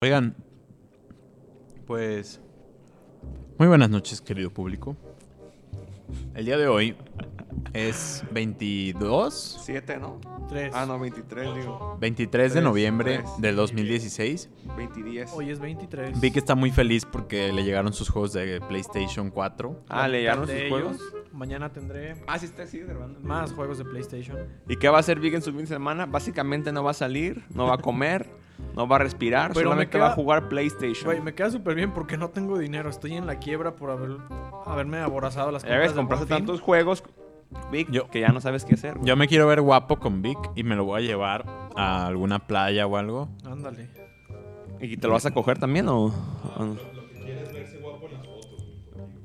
Oigan, pues muy buenas noches, querido público. El día de hoy es 22, 7, ¿no? Tres. Ah, no, 23, digo. 23 de Tres, noviembre tres. del 2016. 20 10. Hoy es 23. Vi que está muy feliz porque le llegaron sus juegos de PlayStation 4 Ah, ¿le llegaron sus De ellos, juegos? Mañana tendré Ah, sí está así, grabando. más juegos de PlayStation. ¿Y qué va a hacer Big en su fin de semana? Básicamente no va a salir, no va a comer, no va a respirar, Pero me solamente queda- va a jugar PlayStation. Güey, me queda súper bien porque no tengo dinero. Estoy en la quiebra por haber, haberme aborazado las ya ves, compras. de compraste Buen Fin. tantos juegos, Big, Yo- que ya no sabes qué hacer. güey. Yo me quiero ver guapo con Vic y me lo voy a llevar a alguna playa o algo. Ándale. ¿Y te lo vas a coger también o...? o no?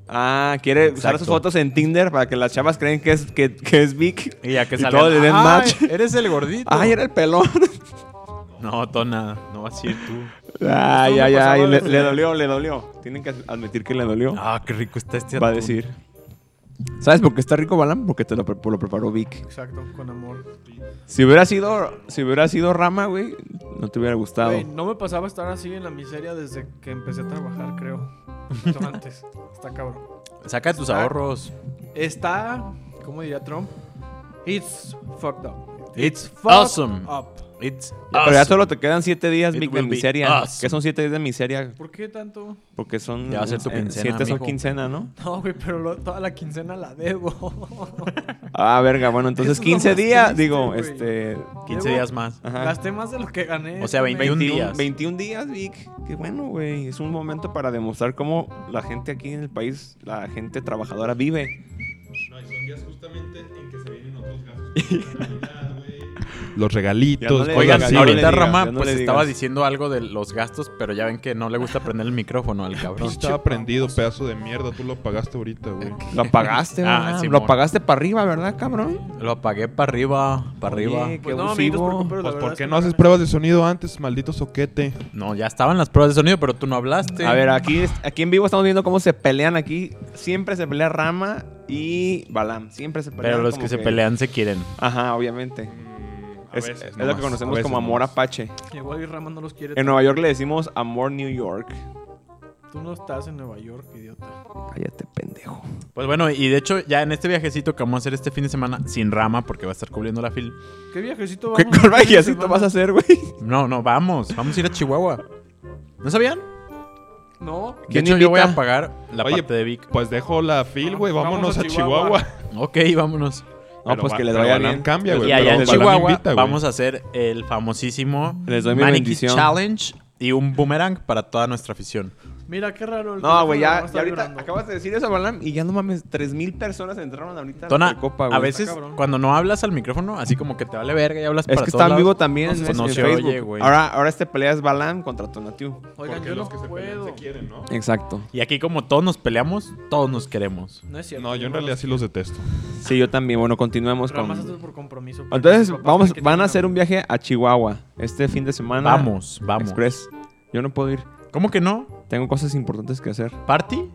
Ah, quiere usar Exacto. sus fotos en Tinder para que las chavas creen que es, que, que es Big. Y ya que Y salgan, todos le den "Ay, match". Eres el gordito. Ay, era el pelón. No, Tona, no vas a ir tú. ay, me ay, pasaba ay. Le, desde- le dolió, le dolió. Tienen que admitir que le dolió. Ah, qué rico está este va a atún. decir. ¿Sabes por qué está rico Balam? Porque te lo, pre- lo preparó Vic. Exacto, con amor. Si hubiera sido, si hubiera sido Rama, güey, no te hubiera gustado. Güey, no me pasaba estar así en la miseria desde que empecé a trabajar, creo. Mucho antes. Está cabrón. Saca tus ahorros. Está, ¿cómo diría Trump? It's fucked up. It's Fucked awesome. up. It's Pero ya awesome. solo te quedan 7 días, ah, It Vic, de will be miseria. awesome. Que son 7 días de miseria, ¿Por qué tanto? porque son. Ya va a ser tu quincena, 7 son mijo. quincena, ¿no? No, güey, pero lo- toda la quincena la debo. Ah, verga, bueno, entonces Eso es lo 15 más días, triste, digo, güey. este. 15 días más. Ajá. Gasté más de lo que gané. O sea, este mes. 21 días. 21 días, Vic. Qué bueno, güey. Es un momento para demostrar cómo la gente aquí en el país, la gente trabajadora, vive. No, y son días justamente en que se vienen otros gastos. como Navidad, güey. los regalitos. Ya no le- Oigan, digas, sí, no le ahorita digas, Rama ya no pues le estaba digas. Ah, diciendo algo de los gastos, pero ya ven que no le gusta prender el micrófono al no cabrón. estaba prendido, pedazo de mierda. Tú lo pagaste ahorita, güey. Lo apagaste, Ah, ¿verdad? Simón. Lo apagaste para arriba, ¿verdad, cabrón? Lo apagué para arriba, para Oye, arriba. qué Pues no, abusivo. amiguitos, porque- pero la Pues, verdad ¿por es qué que no haces gané. pruebas de sonido antes, maldito soquete? No, ya estaban las pruebas de sonido, pero tú no hablaste. A ver, aquí, es- aquí en vivo estamos viendo cómo se pelean aquí. Siempre se pelea Rama y Balam. Siempre se pelean. pero los como que se pelean Mm, se quieren. Ajá, obviamente. Es, es lo que conocemos como amor apache. Igual y Rama no los quiere. En Nueva York le decimos amor New York. Tú no estás en Nueva York, idiota. Cállate, pendejo. Pues bueno, y de hecho, ya en este viajecito que vamos a hacer este fin de semana, sin Rama, porque va a estar cubriendo la fil. ¿Qué viajecito ¿Qué vamos cuál hacer esta viajecito semana? vas a hacer, güey? No, no, vamos. Vamos a ir a Chihuahua. ¿No sabían? No. De ¿Quién hecho, yo invita? voy a pagar la Oye, parte de Vic. Pues dejo la fil, Ah, güey. vamos Vámonos a a Chihuahua. Chihuahua. Ok, vámonos. No, Pero pues va- que les pero vaya Balam bien. cambia, güey. Y allá Pero en Balam Chihuahua invita, güey. vamos a hacer el famosísimo Les doy mi Mannequin bendición. Challenge y un boomerang para toda nuestra afición. Mira, qué raro. el No, teléfono güey, de ya, Rama ya está ahorita vibrando. acabas de decir eso, Balam, y ya no mames, 3000 personas entraron ahorita Tona, la Copa, a güey. veces Está cabrón. cuando no hablas al micrófono, así como que te vale verga y hablas Es para que todos está en vivo lados, también en, pues en no se Facebook. oye, güey. ahora, ahora este pelea es Balam contra Tonatiu. Oigan, Porque yo los no que se pelean puedo. se quieren, ¿no? Exacto. Y aquí como todos nos peleamos, todos nos queremos. No es cierto. No, yo en no realidad los- sí los detesto. Sí, yo también. Bueno, continuemos Rama con... haces por compromiso. porque Entonces, mis papás vamos, que van tienen a hacer un hambre. viaje a Chihuahua este fin de semana. Vamos, vamos. Express. Yo no puedo ir. ¿Cómo que no? Tengo cosas importantes que hacer. ¿Party?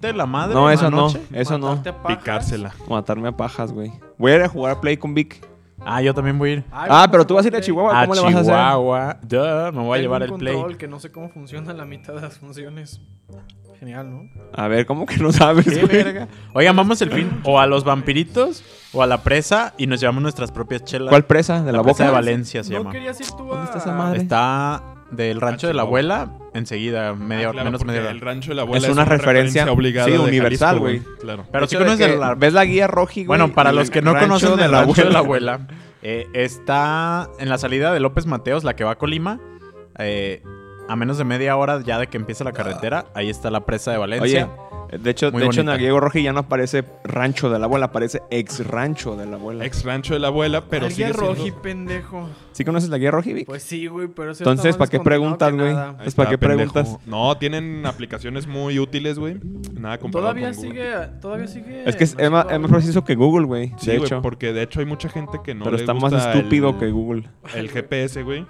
¿De la madre? No, en eso la no. noche? Eso no. Matarte a pajas. Picársela. Matarme a pajas, güey. Voy a ir a jugar Play con Vic. Ah, yo también voy a ir. Ah, Ay, vamos pero tú vas a ir a Monterrey. Chihuahua. A ¿Cómo le vas a hacer? Chihuahua. Duh, me voy a Tengo llevar un el play. control que no sé cómo funciona la mitad de las funciones. Genial, ¿no? A ver, ¿cómo que no sabes, Qué güey? verga. Oigan, vamos el fin o a los vampiritos o a la presa y nos llevamos nuestras propias chelas. ¿Cuál presa? ¿De la, La, presa boca? de Valencia se no llama. querías ir tú a... ¿Dónde está esa madre? Está del rancho de la abuela enseguida, media hora- Ah, claro, menos porque media hora. El rancho de la abuela Es una referencia, sí, de universal, Jalisco, güey. Claro. Pero El si hecho de conoces que el rancho. ¿Ves la guía roji, güey? Bueno, para Y los el que no rancho conocen de el rancho de la abuela, eh, está en la salida de López Mateos, la que va a Colima. eh, a menos de media hora ya de que empieza la carretera, ahí está la presa de Oye, Valencia. de hecho, Muy de hecho en bonita. el Diego Roji ya no aparece rancho de la abuela, aparece ex rancho de la abuela. Ex rancho de la abuela, pero Al sigue guía siendo... Roji, pendejo. ¿Sí conoces la guía Roji, Vic? Pues sí, güey, pero eso Entonces, está más ¿pa' qué descontinuado preguntas, que güey? nada. Ahí Pues, ¿para está, qué preguntas? pendejo. No, tienen aplicaciones muy útiles, güey. Nada comparado Todavía con Google. sigue, todavía sigue. es que es, es más, es más preciso que Google, güey. Sí, de güey, hecho. porque de hecho hay mucha gente que no pero le está más gusta estúpido el- que Google. el GPS, güey.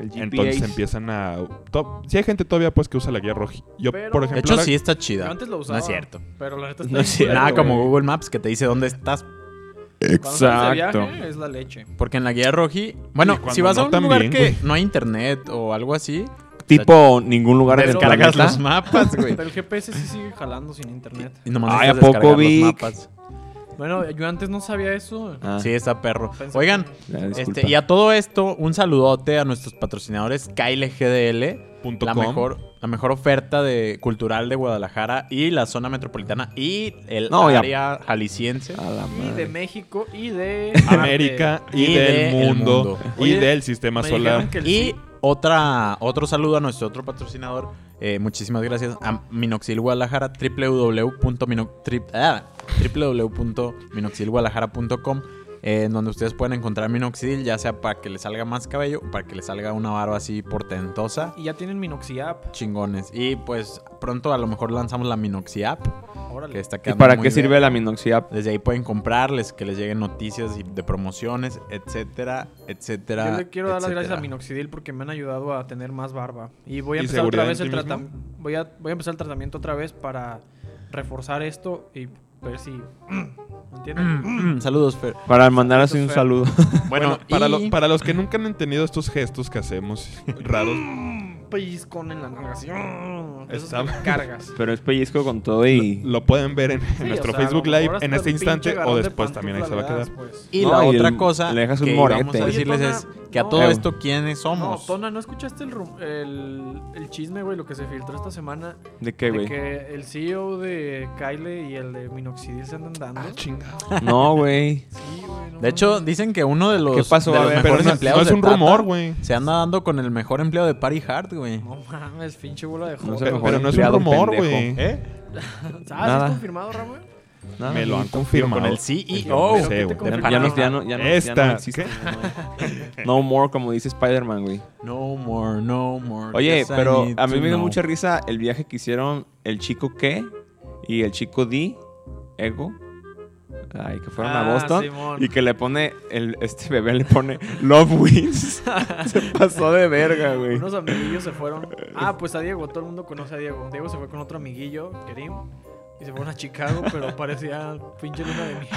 El GPS. Entonces empiezan a to- Sí hay gente todavía pues que usa la guía roja. Yo, Pero- por de ejemplo, hecho, la- sí está chida. Yo antes lo No usaba. es cierto. Pero la neta está No es bien cierto, culero, Nada como güey. Google Maps que te dice dónde estás. Cuando estás de viaje, Exacto. es la leche. Porque en la guía roji, bueno, Y cuando si vas a no, un lugar también, que güey. no hay internet o algo así, Tipo ningún lugar en el Descargas planeta. los mapas, güey. Pero el GPS sí sigue jalando sin internet. Y nomás Ay, ¿a necesitas poco, descargar los Vic? mapas. Bueno, yo antes no sabía eso. Ah, Sí, está perro. Pensé Oigan, que- ya, disculpa. este, y a todo esto, un saludote a nuestros patrocinadores Kyle GDL. Punto la com. mejor, la mejor oferta de, cultural de Guadalajara y la zona metropolitana y el No, ya. área jalisciense. A la Y de madre. México y de América y, Y del de el mundo, mundo. y Oye, del sistema Me dijeron solar. que el Y sí- otra, otro saludo a nuestro otro patrocinador. Eh, muchísimas gracias a Minoxil Guadalajara, www.mino- tri- ah, www.minoxilguadalajara.com, eh, en donde ustedes pueden encontrar minoxidil, ya sea para que les salga más cabello o para que les salga una barba así portentosa. y ya tienen Minoxiap. Chingones. Y pues pronto a lo mejor lanzamos la Minoxi App, que Órale. está ¿Y quedando para muy qué sirve verga. la minoxidad? Desde ahí pueden comprarles, que les lleguen noticias y- de promociones, etcétera, etcétera. Yo le quiero dar las etcétera. gracias a Minoxidil porque me han ayudado a tener más barba. Y voy a ¿Y empezar otra seguridad en vez el ti mismo? tratamiento. Voy a, voy a empezar el tratamiento otra vez para reforzar esto y ver si. ¿Me entienden? Mm, mm, Saludos, Fer. Para mandar así un Fer. saludo. Bueno, Bueno, para, y- lo- para los que nunca han entendido estos gestos que hacemos raros, Pellizcón en la nalga así. Eso es Mm. Está- que me cargas. Pero es pellizco con todo y. lo pueden ver en, en Sí, nuestro o sea, a lo Facebook mejor Live hasta en el este pinche instante garrón o de después también ahí se va a pantufla quedar. le das, pues. Y No, la y otra el- cosa le dejas un que morete. vamos a Oye, decirles Tona, es que a no. todo Eh, esto quiénes No, somos. Tona, ¿no escuchaste el, rum- el, el chisme, güey, lo que se filtró esta semana? ¿De qué, de güey? que el CEO de Kyle y el de Minoxidil se andan dando. Ah, No, güey. Sí, güey, no de hecho, mames. dicen que uno de los, ¿Qué pasó? de A los ver, Pero mejores no, es- empleados no es de un Tata rumor, güey. Se anda dando con el mejor empleado de Party Hard, güey. No mames, pinche bola de No joder. sé, Pero, mejor pero no es un empleado, rumor, pendejo. güey. ¿Eh? ¿Sabes? Nada. ¿Es confirmado, Ramón? Nada, Me lo han Con confirmado. el E Yo CEO. no sé, Pero güey. ¿qué De- te Ya no, confirmaron? ya no, ya no, ya Esta, no existe. No more, como dice Spider-Man, güey. No more, no more. Oye, Yes, I pero need a mí to me dio know. mucha risa el viaje que hicieron el chico que y el chico D, Ego. Ay, que fueron a Ah, Boston. Simón. Y que le pone, el, este bebé le pone Love Wins. se pasó de verga, güey. Unos amiguillos se fueron. Ah, pues a Diego, todo el mundo conoce a Diego. Diego se fue con otro amiguillo, Kerim. Y se fueron a Chicago, pero parecía pinche luna de miel.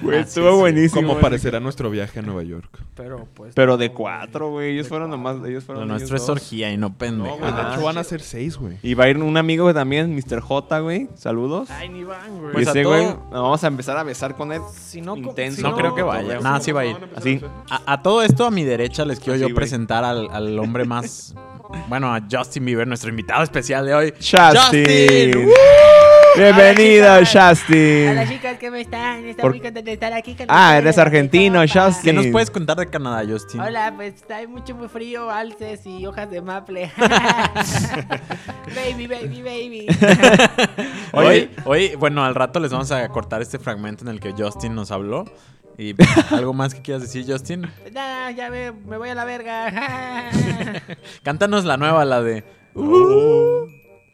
Güey, Ah, sí, estuvo sí. buenísimo. Como güey. parecerá nuestro viaje a Nueva York. Pero pues. Pero no, de cuatro, güey. Ellos De fueron cuatro. nomás, ellos Lo fueron nuestro ellos es dos. orgía y no pendejo. güey, de de hecho van a ser seis, güey. Y va a ir un amigo también, Mr. J, güey. Saludos. Ay, ni van, güey. y Pues a ese güey, todo- nos vamos a empezar a besar con él. si no, intenso. No creo que vaya. güey. Nada, sí va a ir. Así. A, a todo esto, a mi derecha, les quiero Así, yo güey. presentar al, al hombre más. bueno, a Justin Bieber, nuestro invitado especial de hoy. Justin. Justin. Bienvenido, Hola, chicas. Hola Justin. chicas, ¿cómo están? Estoy Por- muy contenta de estar aquí con Ah, ustedes, eres mi argentino, compa. ¿Qué Justin. nos puedes contar de Canadá, Justin? Hola, pues hay mucho muy frío, alces y hojas de maple. baby, baby, baby. Hoy, Oye. hoy, bueno, al rato les vamos a cortar este fragmento en el que Justin nos habló. Y algo más que quieras decir, Justin. Pues Nada, ya me, me voy a la verga. Cántanos la nueva, la de. Uh,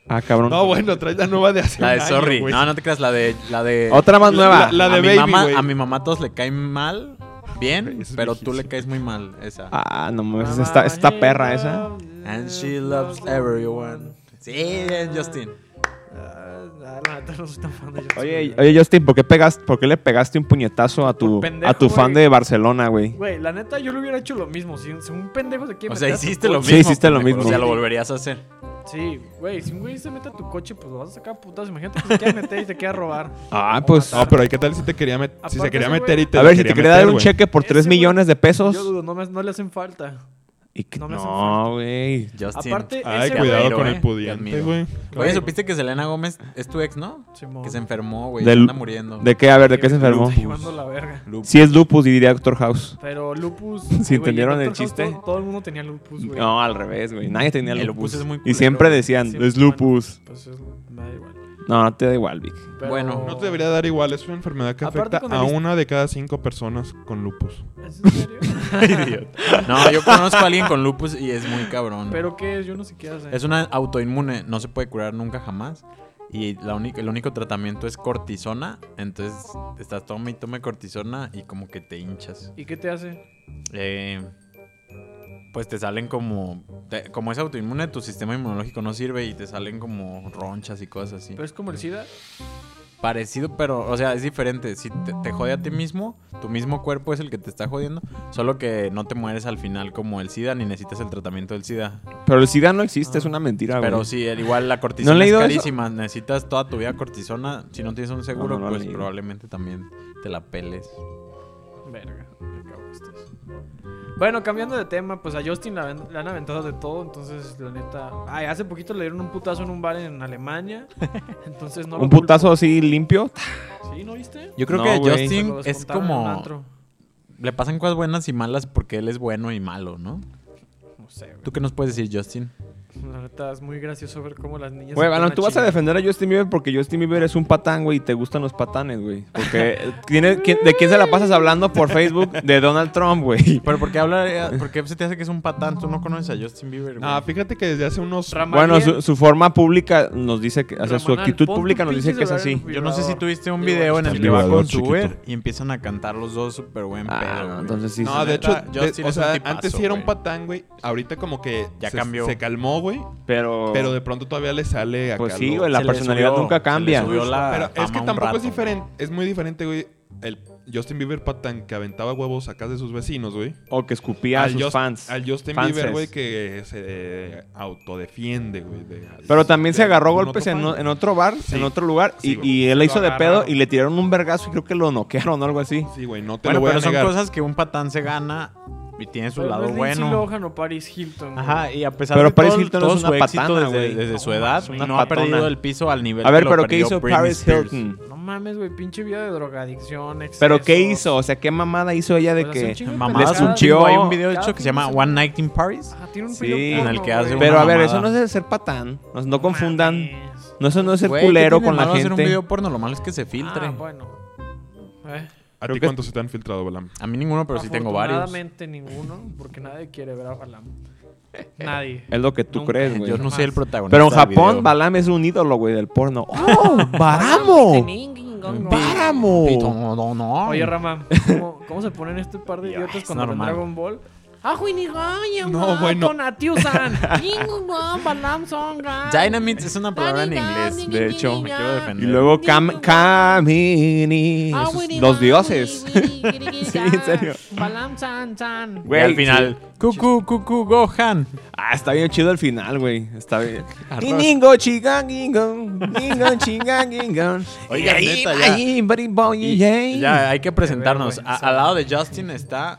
Ah, cabrón. No, bueno, traes la nueva de hace La de un año, Sorry. güey. no, no te creas, la de. La de Otra más La- nueva. la- a de mi Baby, mamá- güey. A mi mamá todos le caen mal, bien, Güey, eso es pero tú viejísimo. le caes muy mal, esa. Ah, no mames, esta, esta perra esa. And she loves everyone. Sí, bien, Justin. Ah, la neta no soy tan fan de Justin Oye, Bieber. oye, Justin, ¿por qué, pegas, ¿por qué le pegaste un puñetazo a tu, Por pendejo, a tu fan güey. de Barcelona, güey? Güey, la neta yo le hubiera hecho lo mismo. Si, si un pendejo se quiere O sea, meter a tu hiciste lo coche- mismo. Sí, hiciste lo pendejo, O mismo. sea, lo volverías a hacer. Sí, güey, si un güey se mete a tu coche, pues lo vas a sacar a putas. Imagínate que se quiera meter y te quiera robar. Ah, pues. No, pero ¿y qué tal si te quería met- si se Aparte quería ese meter y güey- te A ver, si te quería dar un cheque cheque por Ese 3 güey- millones de Yo pesos. dudo, no, me- no le hacen falta. ¿Y qué- no me hace No, güey. Justin. Aparte, Ay, ese cuidado güey, con eh, el te pudiente, admiro. güey. Oye, ¿supiste que Selena Gómez es tu ex, no? Simón. Que se pues. enfermó, güey. Del- se anda muriendo. ¿De qué? A ver, ¿de qué se enfermó? Está llevando la verga. Lupus. Si es lupus, diría Doctor House. Pero lupus. Si güey, entendieron en el Doctor House chiste. Todo, todo el mundo tenía lupus, güey. No, al revés, güey. Nadie tenía El lupus. lupus es muy y culero, siempre decían, Sí, es bueno. lupus. Pues es- me da igual. No, no te da igual, Vic. Pero- Bueno. No te debería dar igual, es una enfermedad que Aparte afecta con a el- una de cada cinco personas con lupus. ¿Es en serio? No, yo conozco a alguien con lupus y es muy cabrón. ¿Pero qué es? Yo no sé qué hace. Es una autoinmune, no se puede curar nunca jamás. Y la única, el único tratamiento es cortisona. Entonces estás toma y toma cortisona y como que te hinchas. ¿Y qué te hace? Eh, pues te salen como. te- como es autoinmune, tu sistema inmunológico no sirve y te salen como ronchas y cosas así. ¿Pero es como el SIDA? Parecido, pero, o sea, es diferente. Si te, te jode a ti mismo, tu mismo cuerpo es el que te está jodiendo. Solo que no te mueres al final como el SIDA, ni necesitas el tratamiento del SIDA. Pero el SIDA no existe, es una mentira, güey. Pero sí, el- igual la cortisona ¿No he es leído eso? carísima. Necesitas toda tu vida cortisona. Si no tienes un seguro, No, no lo he pues leído. probablemente también te la peles. Verga, qué cago estás. Bueno, cambiando de tema, pues a Justin la ven- le han aventado de todo, entonces la neta. Ay, hace poquito le dieron un putazo en un bar en Alemania. Entonces no lo Un culpo. putazo así limpio. Sí, ¿no viste? Yo creo No, que güey. Se Justin lo es descontaron en un como. antro. Le pasan cosas buenas y malas porque él es bueno y malo, ¿no? No sé, güey. ¿Tú qué nos puedes decir, Justin? La neta es muy gracioso ver cómo las niñas. Güey, se bueno, ponen tú vas a chingar. defender a Justin Bieber porque Justin Bieber es un patán, güey, y te gustan los patanes, güey. Porque eh, tiene- ¿quién- ¿de quién se la pasas hablando por Facebook? De Donald Trump, güey. Pero ¿por qué, hablaría- por qué se te hace que es un patán? Tú no conoces a Justin Bieber, güey. Ah, fíjate que desde hace unos... Rama Bueno, diez, su, su forma pública nos dice que, o sea, su Ramanal, actitud pon tu pública nos dice pinche que es así. celular en Yo no sé si vibrador. tuviste un Sí, güey, video en está el que va vibrador con su chiquito. Uber y empiezan a cantar los dos súper buen Ah, pedo, no, güey. entonces sí. No, sí. de la hecho, neta, de- Justin o es un sea, tipazo, antes sí era un güey. patán, güey. Ahorita como que Ya se, cambió. se calmó, güey. Oh. pero... Pero de pronto todavía le sale acá. Pues sí, lo- güey, la Se le personalidad subió- nunca se le cambia. subió la Pero es fama que un tampoco es rato. diferente. Es muy diferente, güey. El Justin Bieber patán que aventaba huevos acá de sus vecinos, güey. O que escupía a Al sus Just- fans. Al Justin Fanses. Bieber, güey, que se autodefiende, güey. de- Pero también se de- agarró con golpes otro en, fan. o- en otro bar, Sí. en otro lugar, Sí, y- güey. y, él la Lo hizo de pedo agarraron. y le tiraron un vergazo y creo que lo noquearon o algo así. Sí, güey, no te Bueno, lo voy pero a negar. son cosas que un patán se gana y tiene su Pero no lado es Lindsay bueno. Lohan o Paris Hilton. güey. Ajá, y a pesar Pero de Paris todo, Hilton todo es una su éxito patana, güey. desde, desde su No, edad, es una no ha patona. perdido el piso al nivel A ver, que lo pero ¿qué perdió hizo Britney Paris Spears. Hilton? No mames, güey, pinche vida de drogadicción. Pero ¿qué excesos. hizo? O sea, ¿qué mamada hizo ella de Pues hace un que... chingo de Mamadas pendejadas. le un chingo. Hay subió- un video de Cada hecho que se fin de llama semana. One Night in Paris. Ajá, tiene un Sí, video en el que hace güey. una Pero a ver, mamada. eso no es el ser patán. No, no confundan. Mames. No, eso no es ser Güey, ¿qué culero tiene con de la malo hacer un gente. video porno, lo malo es que se filtre. Ah, bueno. Eh, ¿A Creo ti que- cuántos se te han filtrado, Balam? A mí ninguno, pero sí tengo varios. afortunadamente ninguno, porque nadie quiere ver a Balam. Nadie. Es lo que tú Nunca. crees, güey. Yo no soy el protagonista. Pero en del video. Japón, Balam es un ídolo, güey, del porno. ¡Oh! ¡Baramo! ¡Baramo! No, no, no. Oye, Rama, ¿cómo, cómo se ponen este par de Ya, idiotas es cuando ven normal. Dragon Ball? Ah, No, bueno. Dynamite es una palabra en inglés. De hecho. Me quiero Y defender. luego Cam Kamini. Ah, Esos- Los dioses. Sí, en serio. Balam San San. Güey, al final. Cucu, cucu, Gohan. Ah, está bien chido el final, güey. Está bien. Arroz. Ningo chigangingon, ningo chigangingon. Oiga, Y ahí, neta, ya. ahí, buddy boy, Y yay. ya, hay que presentarnos. güey, A- sí. al lado de Justin está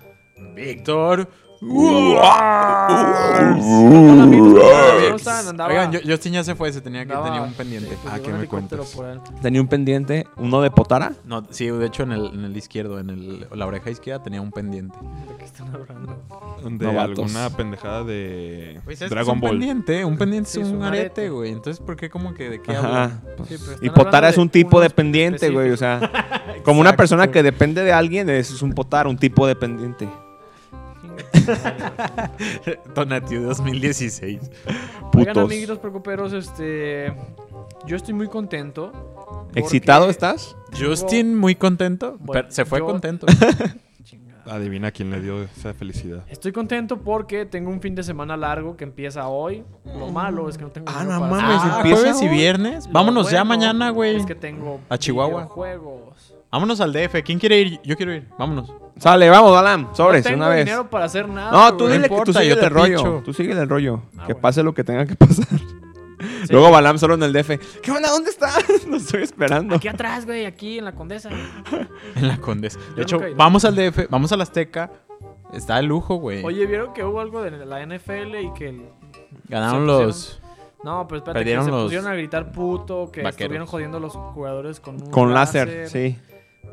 Víctor. Uh, ah, No estaban, andaba- Oigan, yo- Justin ya se fue, se tenía que andaba- tenía un pendiente. sí, pues, Ah, de ¿qué un me helicóptero cuentas? por ahí. Tenía un pendiente, uno de Potara. No, sí, de hecho en el, en el izquierdo, en el- la oreja izquierda tenía un pendiente. ¿De qué están hablando? De Novatos. alguna pendejada de Pues es que es Dragon un Ball. pendiente, un pendiente Sí, es un arete, güey. Entonces, ¿por qué como que de qué hablan? Ajá. Sí, pero Y están hablando Potara es un tipo unos de pendiente, güey. O específicos. sea, como una persona que depende de alguien, es es un Potara, un tipo de pendiente. Tonatiu 2016. Oigan, Putos. amiguitos preocuperos, este. Yo estoy muy contento. porque- ¿Excitado estás? Justin muy contento, Bueno, pero se fue yo- contento. Chingada. Adivina quién le dio esa felicidad. Estoy contento porque tengo un fin de semana largo que empieza hoy. Lo malo es que no tengo. Ah, dinero no para mames, salir. Ah, empieza jueves y hoy. viernes. Lo Vámonos ya bueno mañana, güey. Es que tengo. A Chihuahua. Juegos. Vámonos al DF. ¿Quién quiere ir? Yo quiero ir. Vámonos. Sale, vamos, Balam. Sobres, no tengo una vez. dinero para hacer nada. No, tú No güey. dile que tú importa, sigue yo te el rollo. picho. Tú sigue el rollo. Ah, que bueno. pase lo que tenga que pasar. Sí. Luego Balam solo en el DF. ¿Qué onda? ¿Dónde estás? Lo estoy esperando. Aquí atrás, güey, aquí en la Condesa. En la Condesa. Yo De hecho, nunca he ido. vamos al DF, vamos a la Azteca. Está de lujo, güey. Oye, ¿vieron que hubo algo de la NFL y que el- Ganaron se pusieron- los. No, pero espérate, Perdieron que se los pusieron a gritar puto, que vaqueros. estuvieron jodiendo a los jugadores con un Con láser, sí.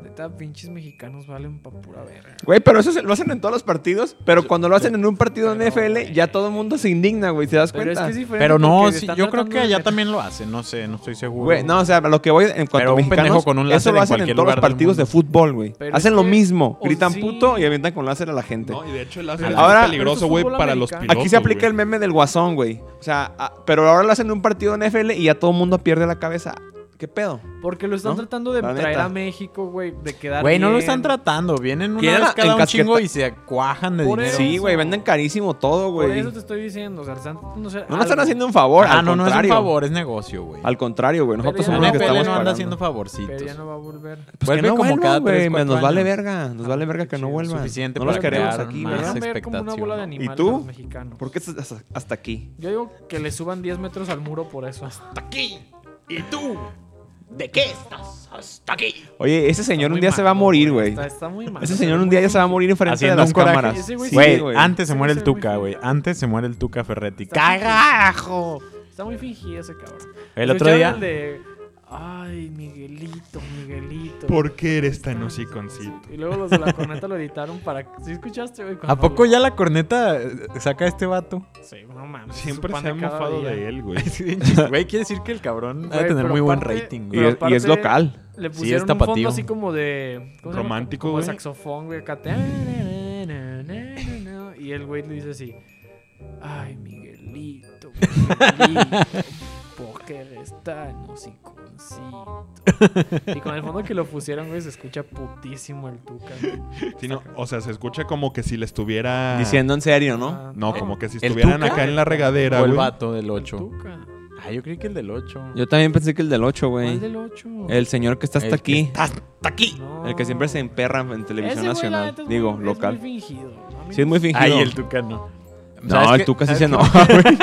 Neta, pinches mexicanos valen pa' Eh, pura verga. Güey, pero eso se- lo hacen en todos los partidos. Pero cuando lo hacen en un partido en Pero, NFL, ya todo el mundo se indigna, güey. ¿Te das Pero es pues cuenta? que es diferente Pero no, porque sí, están yo creo tratando que de allá meter- también lo hacen. No sé, no estoy seguro. Güey, no, o sea, lo que voy en cuanto Pero a un mexicanos, pendejo con un láser eso lo en hacen en, cualquier todos los lugar del partidos de mundo. fútbol, güey. Pero Hacen es lo que- mismo, o gritan sí. puto y avientan con láser a la gente. No, y de hecho el láser Ahora- es Pero esto peligroso, es güey, fútbol para los americano. pilotos. Aquí se aplica güey. el ah, meme del guasón, güey. O sea, a- pero ahora lo hacen en un partido en NFL y ya todo el mundo pierde la cabeza. ¿Qué pedo? Porque lo están ¿No? tratando de La traer neta. a México, güey, de quedar Güey, no lo están bien. tratando. Vienen una Quieren vez cada un encasqueta- chingo y se cuajan de Por dinero. eso. Sí, güey, venden carísimo todo, Por güey. eso te estoy diciendo, o sea, están, no sé, No algo. nos están haciendo un favor, Ah, al no, no es un contrario. favor, es negocio, güey. Al contrario, güey, nosotros Pero ya La somos los que NFL estamos no anda pagando. haciendo Pero ya favorcitos. no va a volver. Pues Vuelve que no como vuelvan, cada tres, güey, cuatro Nos vale años. Ah, verga, nos vale verga que no chido, vuelvan. suficiente No los para queremos crear aquí, más. ¿verdad? Deberían ver como una expectación, bola de ¿no? animales ¿Y tú? los mexicanos. ¿Por qué estás hasta, hasta aquí? Yo digo que le suban 10 metros al muro por eso. ¿De qué estás hasta aquí? Oye, ese señor Está un día muy se va a malo, morir, güey. Está, está muy mal. Ese señor un día ya se va a morir enfrente Haciendo de las un coraje. cámaras. Ese güey sí, Güey, güey. antes se Sí, muere sí, el güey. Tuca, güey. Antes se muere el Tuca Ferretti. Está muy ¡Cagajo! Está muy fingido ese cabrón. El otro ¿Escucharon día. el de, Ay, Miguelito, Miguelito. ¿Por qué eres tan hociconcito? Y luego los de la corneta lo editaron para... ¿Sí escuchaste, güey? ¿A poco ya la corneta eh, saca a este vato? Sí, no mames. Siempre se ha mofado de él, güey. Sí, bien chis- Güey, quiere decir que el cabrón ha de Güey, tener pero muy buen aparte- rating, Y, güey. Pero es, y es aparte- local. Le Sí, pusieron es un fondo tapatío. así como de... ¿cómo se llama? Romántico, Como de güey. saxofón, güey. acá. Y el güey le dice así... Ay, Miguelito, Miguelito, póker está hociconcito. Y con el fondo que lo pusieron, güey, se escucha putísimo el tuca. güey. Sí, no, o sea, se escucha como que si le estuviera... Diciendo en serio, ¿no? Ah, No, como que si ¿El estuvieran Tuca? acá en la regadera, O el güey. vato del el 8. Tuca. Ah, yo creí que el del 8. Yo también pensé que el del 8, ¿Cuál güey. del 8? El señor que está hasta El que aquí. aquí! No. El que siempre se emperra en televisión Ese güey, la nacional. neta, es muy- Digo, es local. muy fingido. A mí Sí, es muy fingido. Ay, el Tuca no. ¿Sabes No, el qué- Tuca sí sabes se qué- enoja, güey.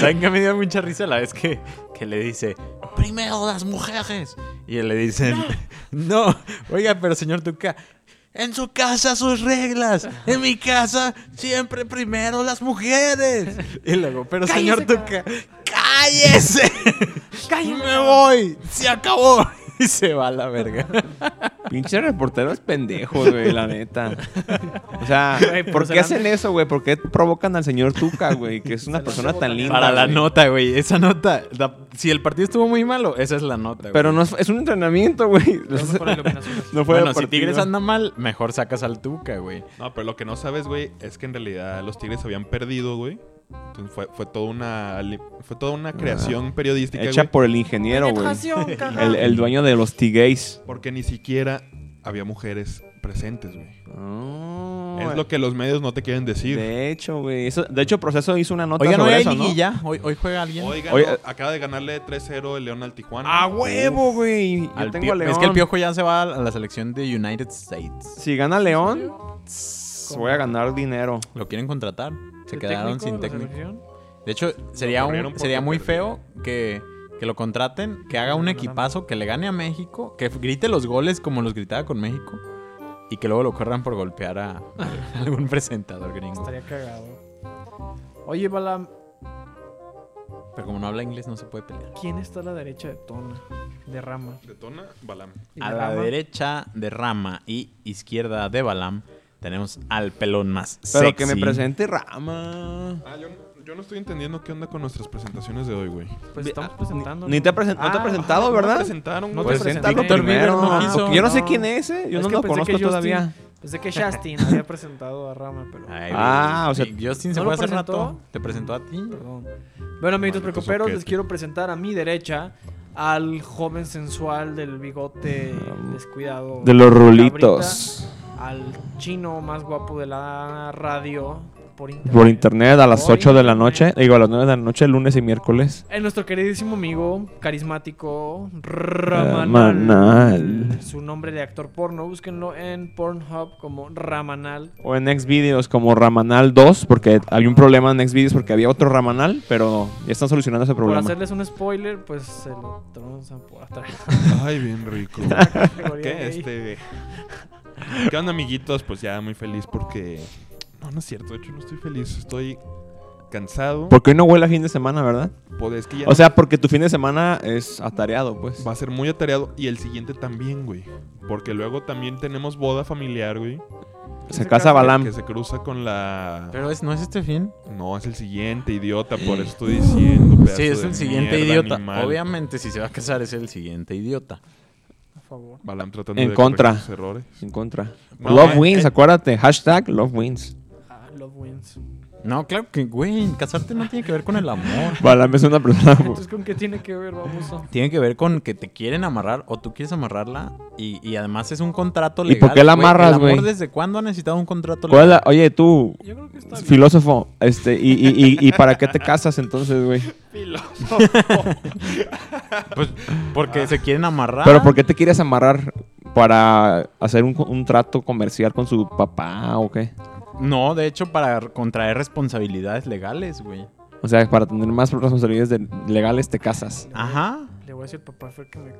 ¿Saben que me dio mucha risa la vez que, que le dice, primero las mujeres? Y le dicen, no. oiga, pero señor Tuca, en su casa sus reglas, en mi casa siempre primero las mujeres. Y luego, pero señor Tuca, cállese, Cállate, me cabrón. voy, se acabó. Y se va a la verga. Pinche reporteros pendejos, güey, la neta. O sea, Güey, pero ¿por se qué la- hacen eso, güey? ¿Por qué provocan al señor Tuca, güey? Que es una la persona provocan. tan linda. Para la güey. nota, güey, esa nota. la- si el partido estuvo muy malo, esa es la nota. güey. Pero no es, es un entrenamiento, güey. Pero eso por la iluminación. No fue bueno, de si partido. Tigres anda mal, mejor sacas al Tuca, güey. No, pero lo que no sabes, güey, es que en realidad los Tigres habían perdido, güey. Entonces fue, fue toda una li- fue toda Ah. una creación periodística, Hecha güey, por el ingeniero, güey. Penetración, cabrón. El, el dueño de los Tigueys. porque ni siquiera había mujeres presentes, güey. Ah, es lo que los medios no te quieren decir. De hecho, güey. eso- De hecho, Proceso hizo una nota Oigan, hoy sobre hay eso, ¿no? liguilla. Hoy, hoy juega alguien. Hoy ganó- Oye, eh. acaba de ganarle 3-0 el León al Tijuana. ¡A huevo, Ah, güey! Yo Al tengo Pio- a León. Es que el piojo ya se va a la selección de United States. Si gana León, tss, voy a ganar dinero. Lo quieren contratar. Se ¿El quedaron técnico sin de la técnico. selección? De hecho, sería, un- corrieron porque sería muy perdieron. feo que, que lo contraten, que haga un no, no. equipazo, que le gane a México, que grite los goles como los gritaba con México y que luego lo corran por golpear a, a algún presentador gringo. Estaría cagado. Oye, Bala, Pero como no habla inglés, no se puede pelear. ¿quién está a la derecha de Tona? De Rama. Detona, Balam. Y A de la Rama, derecha de Rama y izquierda de Balam tenemos al pelón más Pero que me sexy. presente Rama. Ah, yo, no- yo no estoy entendiendo qué onda con nuestras presentaciones de hoy, güey. Pues estamos presentando. ah, Ni te ha presen- no te ha Ah, presentado, No ¿verdad? presentaron, No güey. Pues, te Preséntalo presenté. primero. Primero no quiso. porque Yo no sé No. quién es, ¿eh? Yo Es no que lo pensé que conozco Justin- todavía. Pensé que Justin había presentado a Rama, pero. Ay, Ah, güey. o sea, Sí, Justin se fue ¿no lo hace presentó? rato. ¿Te presentó a ti? Perdón. Bueno, amiguitos Maldito precoperos, les soquete. quiero presentar a mi derecha al joven sensual del bigote descuidado. Mm. De los cabrita, rulitos. al chino más guapo de la radio por internet. Por internet a las Por 8 de la internet. noche. Digo, a las 9 de la noche, lunes y miércoles. Eh, nuestro queridísimo amigo, carismático, Ramanal. Ramanal. Su nombre de actor porno, búsquenlo en Pornhub como Ramanal. O en Xvideos como Ramanal 2, porque había un problema en Xvideos porque había otro Ramanal, pero ya están solucionando ese Por problema. hacerles un spoiler, pues se lo tronzan por atrás. Ay, bien rico. ¿Qué? Este. ¿Qué onda, amiguitos? Pues ya muy feliz porque. No, no es cierto. De hecho, no estoy feliz. Estoy cansado. Porque hoy no huele a fin de semana, ¿verdad? Pues, es que ya O sea, porque tu fin de semana es atareado, pues. va a ser muy atareado. Y el siguiente también, güey. Porque luego también tenemos boda familiar, güey. Se casa Que Balam. se cruza con la. Pero es, no es este fin. No, es el siguiente idiota. Por eso estoy diciendo. pedazo Sí, es de el siguiente mierda, idiota. animal. Obviamente, si se va a casar, es el siguiente idiota. Por favor. Balam tratando En de contra. corregir sus errores. En contra. No, love eh, wins, eh. acuérdate. Hashtag Love wins. Ah, Love Wins. No, claro que, güey, casarte no tiene que ver con el amor. Balam es una persona. Entonces, ¿con qué tiene que ver, baboso? Tiene que ver con que te quieren amarrar o tú quieres amarrarla y, y además es un contrato ¿Y legal. por qué la güey. amarras, ¿El amor güey? ¿Desde cuándo ha necesitado un contrato ¿Cuál es legal? la- Oye, tú, Yo creo que está bien. filósofo, este, y, y, y, y para qué te casas entonces, güey? Pues porque se quieren ¿Ah? amarrar. Ah. Pero ¿por qué te quieres amarrar? ¿Para hacer un, un trato comercial con su papá o qué? No, de hecho, para contraer responsabilidades legales, güey. O sea, para tener más responsabilidades de- legales te casas. Le voy a- Ajá. Le voy a decir al papá Fer que me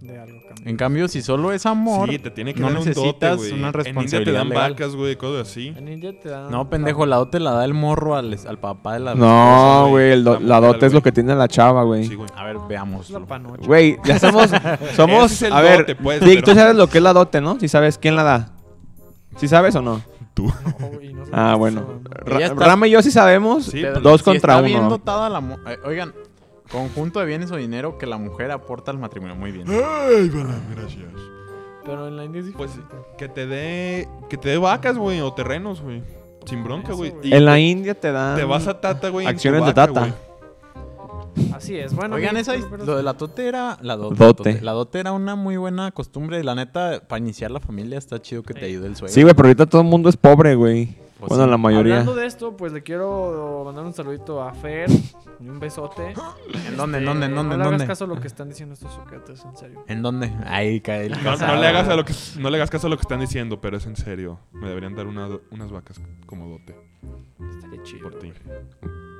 dé algo a cambio. En cambio, si solo es amor. Sí, te tiene que no dar un dote, necesitas güey. una En India responsabilidad te dan legal. vacas, güey, cosas así. En India te dan. No, pendejo, la dote la da el morro al, al papá de la. No, güey, güey, el do- está la mal, dote es güey. lo que tiene la chava, güey. Sí, güey. A ver, Es veamos. la panocha. Güey, ya somos, somos, Ese es el a ver, dote, pues, Dick, pero- tú sabes lo que es la dote, ¿no? Si sabes quién la da. ¿Sí sabes o no? No, güey, no sé Ah, qué bueno. estás hablando. Ra- Ya está. Rama y yo sí sabemos. Sí, Te- pero- dos si contra está bien uno. dotada la mu- eh, oigan, conjunto de bienes o dinero que la mujer aporta al matrimonio. Muy bien. Ah, Ay, Balam, gracias. Pero en la India sí. Pues que te dé que te dé vacas, güey, o terrenos, güey. Sin bronca, Eso, güey. güey. Y En la te- India te dan te vas a Tata, güey. en tu acciones de vaca, Tata. güey. Así es. Bueno, Oigan, mi- esa is- pero- lo de la dote era. La dote, Dote. la dote. La dote era una muy buena costumbre. y La neta, para iniciar la familia está chido que te Sí. ayude el suegro. Sí, güey, pero ahorita todo el mundo es pobre, güey. Pues bueno, sí. la mayoría. Hablando de esto, pues le quiero mandar un saludito a Fer y un besote. ¿En dónde? ¿En dónde? ¿En dónde? Eh, No ¿En le hagas dónde? caso a lo que están diciendo estos sucatas, en serio. ¿En dónde? Ahí cae el No, casado. no le hagas a lo que, no le hagas caso a lo que están diciendo, pero es en serio. Me deberían dar una- unas vacas como dote Estaría chido. por ti.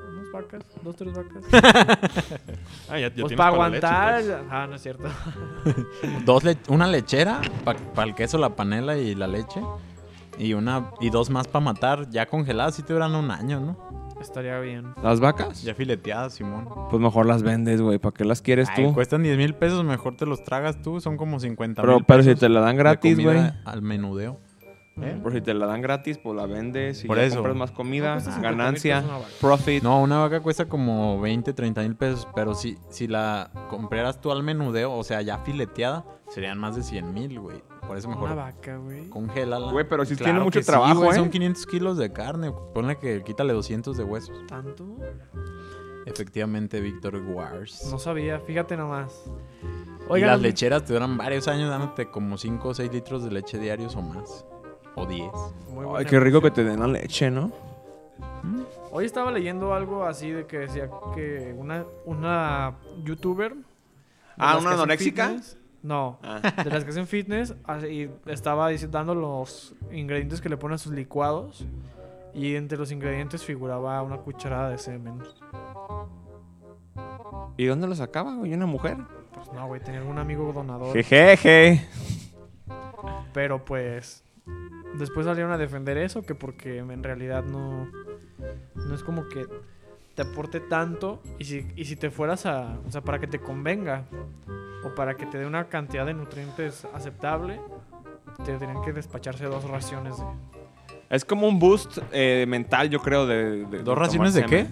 Unas vacas, dos, tres vacas. Ah, pues ya, ya tienes para la leche, aguantar. pues. ah, no es cierto. Dos le- una lechera para el queso, la panela y la leche. Y una y dos más para matar, ya congeladas, sí te duran un año, ¿no? Estaría bien. ¿Las vacas? Ya fileteadas, Simón. Pues mejor las vendes, güey. ¿Para qué las quieres Ay, tú? cuestan 10 mil pesos, mejor te los tragas tú, son como 50 Pero, mil pero si pesos te la dan de gratis, comida güey. Al menudeo. Por si te la dan gratis, pues la vendes y Por ya eso. compras más comida, No, cuesta 50,000 ganancia, pesos una vaca. profit. No, una vaca cuesta como 20, 30 mil pesos, pero si, si la compraras tú al menudeo, o sea, ya fileteada, serían más de 100 mil, güey. Por eso Una mejor vaca, güey. congélala. Güey, pero si Claro tiene mucho que sí, trabajo, güey, ¿eh? Son 500 kilos de carne, ponle que quítale 200 de huesos. ¿Tanto? Efectivamente, Víctor Wars. No sabía, fíjate nomás. y las Oigan, lecheras te duran varios años dándote como 5 o 6 litros de leche diarios o más. O 10. muy Ay, buena qué rico que elección. te den la leche, ¿no? Hoy estaba leyendo algo así de que decía que una, una youtuber. de Ah, ¿una las que hacen anoréxica? Ah. fitness- no, de las que hacen fitness así, y estaba dic- dando los ingredientes que le ponen a sus licuados y entre los ingredientes figuraba una cucharada de semen. Pues ¿Y dónde lo sacaba, güey? ¿Una mujer? Pues no, güey, tenía algún amigo donador, Jejeje. pero pues después salieron a defender eso que porque en realidad no no es como que te aporte tanto y si, y si te fueras a, o sea, para que te convenga o para que te dé una cantidad de nutrientes aceptable, te tendrían que despacharse dos raciones de Es como un boost eh, mental, yo creo, de... de- ¿Dos de raciones de tomar qué?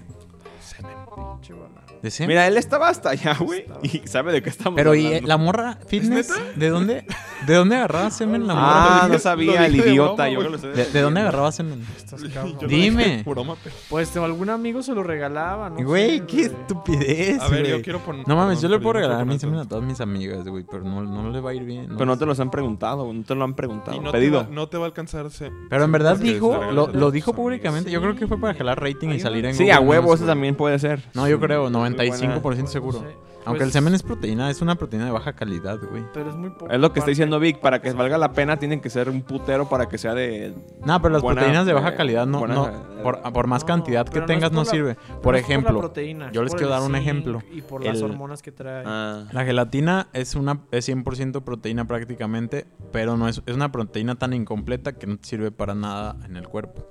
semen. pinche bala. ¿De semen? Mira, él estaba hasta allá, güey. Y sabe de qué estamos Pero y eh, hablando. la morra fitness, ¿de dónde? ¿De dónde agarraba semen la morra? Ah, no sabía, el dije de idiota. broma, yo güey. lo sé. ¿De, de dónde agarraba semen? Estás cabrón. Yo lo Dime. dije de broma, pero- Pues algún amigo se lo regalaba, ¿no? Güey, sé, qué güey. estupidez. A ver, yo güey. quiero poner. No mames, yo perdón, le puedo perdón, regalar mi mucho semen a por todas mis amigas, güey, pero no, no le va a ir bien. Pero no te los han preguntado, güey, no te lo han preguntado. Y no Pedido. Te va, no te va a alcanzar. ese- Pero en verdad Porque es dijo, regalo lo, de lo tus dijo amigos. públicamente. Yo creo que fue para jalar rating Hay y una- salir en Sí, a Google huevo, News, eso güey. también puede ser. No, yo creo, Muy buena. 95% seguro. No sé. Aunque Pues- el semen es proteína, es una proteína de baja calidad, güey. Pero es muy poco. Es lo que está parte. diciendo Vic, para que valga la pena tienen que ser un putero para que sea de... No, pero las Buena, proteínas de baja eh, calidad no, buena, no eh, por, por más No, cantidad que pero no tengas es por no la- sirve. No Por es la ejemplo, proteína, es yo les por quiero el dar un zinc ejemplo. Y por las El- Ah, hormonas que trae. Ah. La gelatina es una es 100% proteína prácticamente, pero no es, es una proteína tan incompleta que no te sirve para nada en el cuerpo,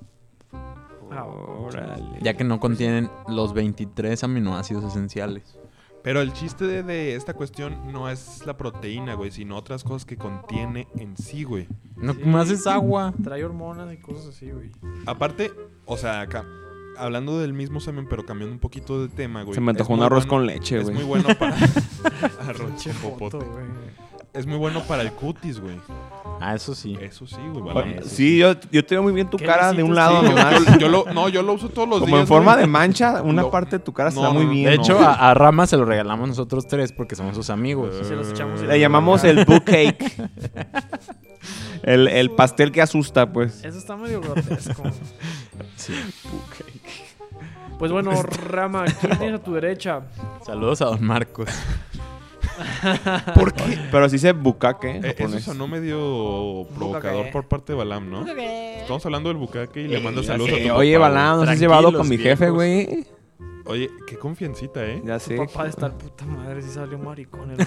Ah, Órale. ya que no contienen los 23 aminoácidos esenciales. Pero el chiste de, de esta cuestión no es la proteína, güey, sino otras cosas que contiene en sí, güey. No Sí. más es agua. Trae hormonas y cosas así, güey. Aparte, o sea, ca- hablando del mismo semen, pero cambiando un poquito de tema, güey. Se me es antojó un muy arroz bueno- con leche, Es muy güey. bueno para. arroz Pinche con joto, popote. güey. es muy bueno para el cutis, güey. Ah, eso sí. Eso sí, güey. Oye, balance. Sí, yo, yo te veo muy bien tu ¿Qué cara de besitos un lado tienes? nomás. Yo, yo lo, no, yo lo uso todos los días. Como en forma güey. de mancha, una No. parte de tu cara se No, da muy no, no. bien. De hecho, a, a Rama se lo regalamos nosotros tres porque somos sus amigos. Sí, se los echamos. le llamamos el book cake. el, el pastel que asusta, pues. Eso está medio grotesco. Sí. Pues bueno, Rama, ¿quién tienes a tu derecha? Eh. Saludos a don Marcos. ¿Por qué? Pero sí se bucaque en Eh, eso japonés. sonó medio provocador por parte de Balam, ¿no? Estamos hablando del bucaque y le mando saludos a Eh, tu oye, papá, Balán, ¿nos has Tranquilos, llevado con mi viejos. jefe, güey? güey. Oye, qué confiancita, ¿eh? Ya Tu sé. papá de estar puta madre, si salió maricón. el-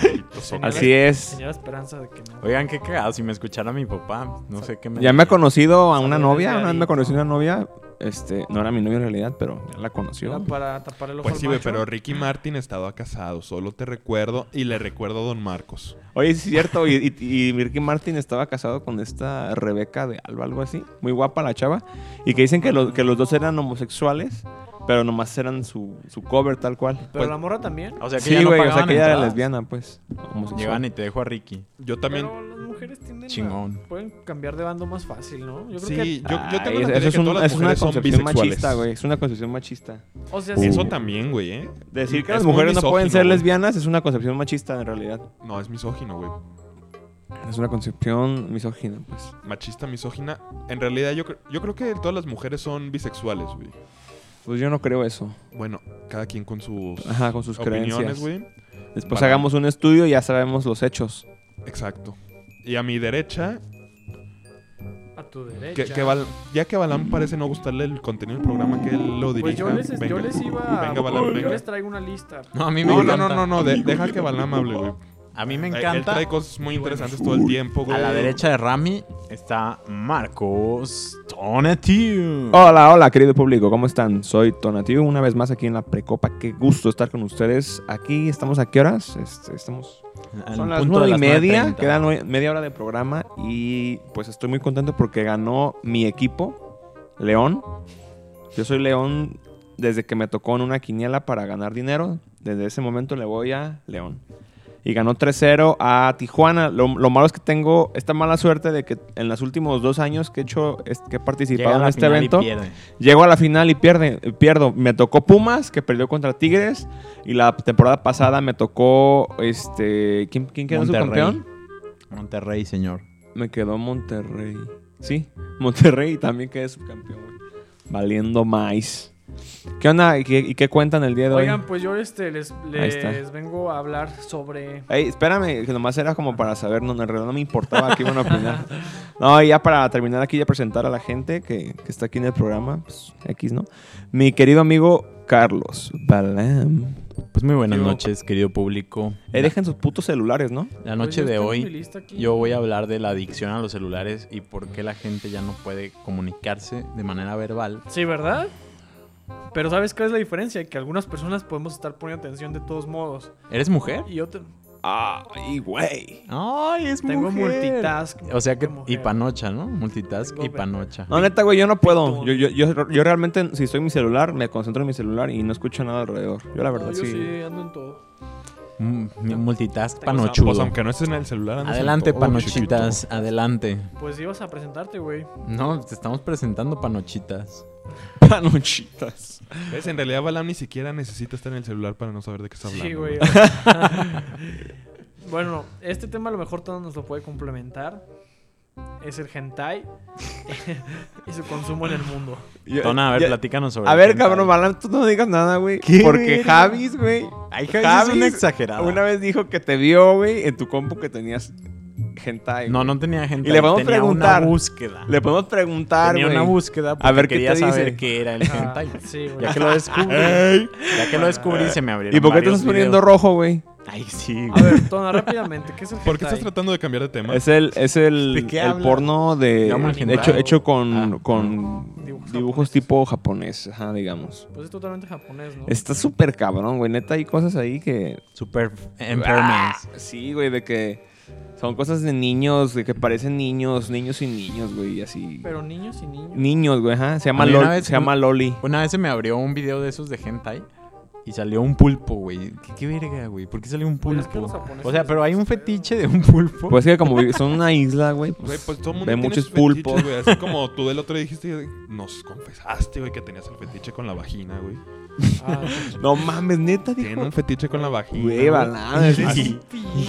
Tenía Así la- es. Tenía la esperanza de que no. Oigan, qué cagado. Si me escuchara mi papá, no sé qué me. Ya me ha conocido a una Saludos, novia. Una vez me Daddy. conocí a una novia. Este, no era mi novia en realidad, pero ya la Era conoció. para tapar el ojo Pues al sí, güey, macho. pero Ricky Martin estaba casado. Solo te recuerdo y le recuerdo a Don Marcos. Oye, sí es cierto. Y, y, y Ricky Martin estaba casado con esta Rebeca de Alba, algo así. Muy guapa la chava. Y que dicen que, los- que los dos eran homosexuales, pero nomás eran su, su cover tal cual. Pues, pues Pero la morra también. O sea, que Sí, ya no güey. o sea, pagaban que ella era entradas. lesbiana, pues. Homosexual. Llegaban y te dejo a Ricky. Yo también. Pero las mujeres tienden a- Chingón. pueden cambiar de bando más fácil, ¿no? Yo creo sí, yo, yo Ay, tengo la eso teoría que es, un- todas las es una mujeres son concepción bisexuales. machista, güey. Es una concepción machista. que... O sea, sí, Eso también, güey, ¿eh? Decir que Es las muy mujeres no pueden misógino, ser güey. lesbianas es una concepción machista en realidad. No, es misógino, güey. Es una concepción misógina, pues. Machista, misógina. En realidad, yo, cre- yo creo que todas las mujeres son bisexuales, güey. Pues yo no creo eso. Bueno, cada quien con sus Ajá, con sus opiniones, creencias. güey. Después Para- hagamos un estudio y ya sabemos los hechos. Exacto. Y a mi derecha, a tu derecha. que, que Bal- ya que a Balam parece no gustarle el contenido del programa, que él lo dirija. Pues yo les, yo venga. les iba... Venga, Balam, Yo venga. les traigo una lista. No, a mí me No, no, encanta. no, no, no, de- deja que Balam hable, güey. A mí me Eh, Él- Él encanta. trae cosas muy interesantes todo el tiempo, güey. Ah, A la derecha de Rami está Marcos Tonatiu. Hola, hola, querido público, ¿cómo están? Soy Tonatiu, una vez más aquí en la Precopa. Qué gusto estar con ustedes. Aquí estamos a qué horas? Este, estamos Al Son las punto de nueve y media, 9:30. queda nue- media hora de programa y pues estoy muy contento porque ganó mi equipo, León. Yo soy León desde que me tocó en una quiniela para ganar dinero. Desde ese momento le voy a León. Y ganó 3-0 a Tijuana. Lo, lo malo es que tengo esta mala suerte de que en los últimos dos años que he, hecho, es- que he Llega participado a en la este final y evento, pierde. Llego a la final y pierde, eh, pierdo. Me tocó Pumas, que perdió contra Tigres. Y la temporada pasada me tocó. Este, ¿Quién, quién quedó Monterrey. subcampeón? Monterrey, señor. Me quedó Monterrey. Sí, Monterrey también quedé subcampeón, güey. Valiendo maíz. ¿Qué onda? ¿Y qué, y qué cuentan el día de hoy? Oigan, pues yo este, les, está. les vengo a hablar sobre... Ey, espérame, que nomás era como para saber, no, en realidad no me importaba qué iban a opinar. No, y ya para terminar aquí y presentar a la gente que, que está aquí en el programa, pues X, ¿no? Mi querido amigo Carlos Balam. Pues muy buenas Yo- noches, querido público. Eh, dejen sus putos celulares, ¿no? La Pues noche yo de tengo mi hoy lista aquí. yo voy a hablar de la adicción a los celulares y por qué la gente ya no puede comunicarse de manera verbal. Sí, ¿verdad? Pero ¿sabes cuál es la diferencia? Que algunas personas podemos estar poniendo atención de todos modos. ¿Eres mujer? Y yo te- Ay, güey. Ay, es tengo mujer. multitask. O sea que de mujer. y panocha, ¿no? Multitask Tengo y ve- panocha. No, neta, güey, yo no puedo. Yo, yo, yo, yo realmente, si estoy en mi celular, me concentro en mi celular y no escucho nada alrededor. Yo la No, verdad yo sí. sí. ando en todo. Mm, Multitask Tengo Pues panochudo. aunque no estés en el celular, andas en Adelante, todo, panochitas, chiquito. adelante. Pues ibas a presentarte, güey. No, te estamos presentando panochitas. Panochitas. ¿Ves? En realidad, Balam ni siquiera necesita estar en el celular para no saber de qué está hablando. Sí, güey. güey. bueno, este tema a lo mejor todo nos lo puede complementar. Es el hentai y su consumo en el mundo. Yo- Tona, a ver, ya- platícanos sobre A el ver, hentai. cabrón, Balam, tú no digas nada, güey. ¿Qué, Porque güey? Javis, güey. Ay, Javi, es una exagerada. Una vez dijo que te vio, güey, en tu compu que tenías hentai. No, güey. no tenía gente. Y le vamos a tenía preguntar. Una búsqueda. Le podemos preguntar, tenía güey. una búsqueda porque ver, ¿qué quería te dice? saber qué era el Ah, hentai. sí, güey. Ya que lo descubrí, ya que lo descubrí se me abrieron ¿Y por qué te varios estás poniendo videos. rojo, güey? Ay, sí, A güey. ver, Tona, rápidamente, ¿qué es el hentai? ¿Por qué estás tratando de cambiar de tema? Es el, es el, ¿De qué el habla? porno de Llama al hecho, gimnasio. hecho con, Ah. con dibujos, Dibujos japoneses. tipo japonés, ajá, digamos. Pues es totalmente japonés, ¿no? Está súper cabrón, güey. Neta, hay cosas ahí que... Super Empermans. Sí, güey, de que son cosas de niños, de que parecen niños, niños y niños, güey, y así. Pero niños y niños. Niños, güey, ajá. Se llama, A mí una Lol- vez- se llama Loli. Una vez se me abrió un video de esos de hentai y salió un pulpo, güey. ¿Qué, qué verga, güey? ¿Por qué salió un Pues es que pulpo? los japoneses O sea, les pero hay un gusta, fetiche de un pulpo. Pues es que como vi- son una isla, güey. pues, Güey, pues todo mundo Ve tiene muchos sus fetiches, pulpos. güey. Así como tú del otro día dijiste, nos confesaste, güey, que tenías el fetiche con la vagina, güey. Ah, No mames, neta, Tienen dijo. un fetiche con la vagina. Güey, güey. baladas. Así,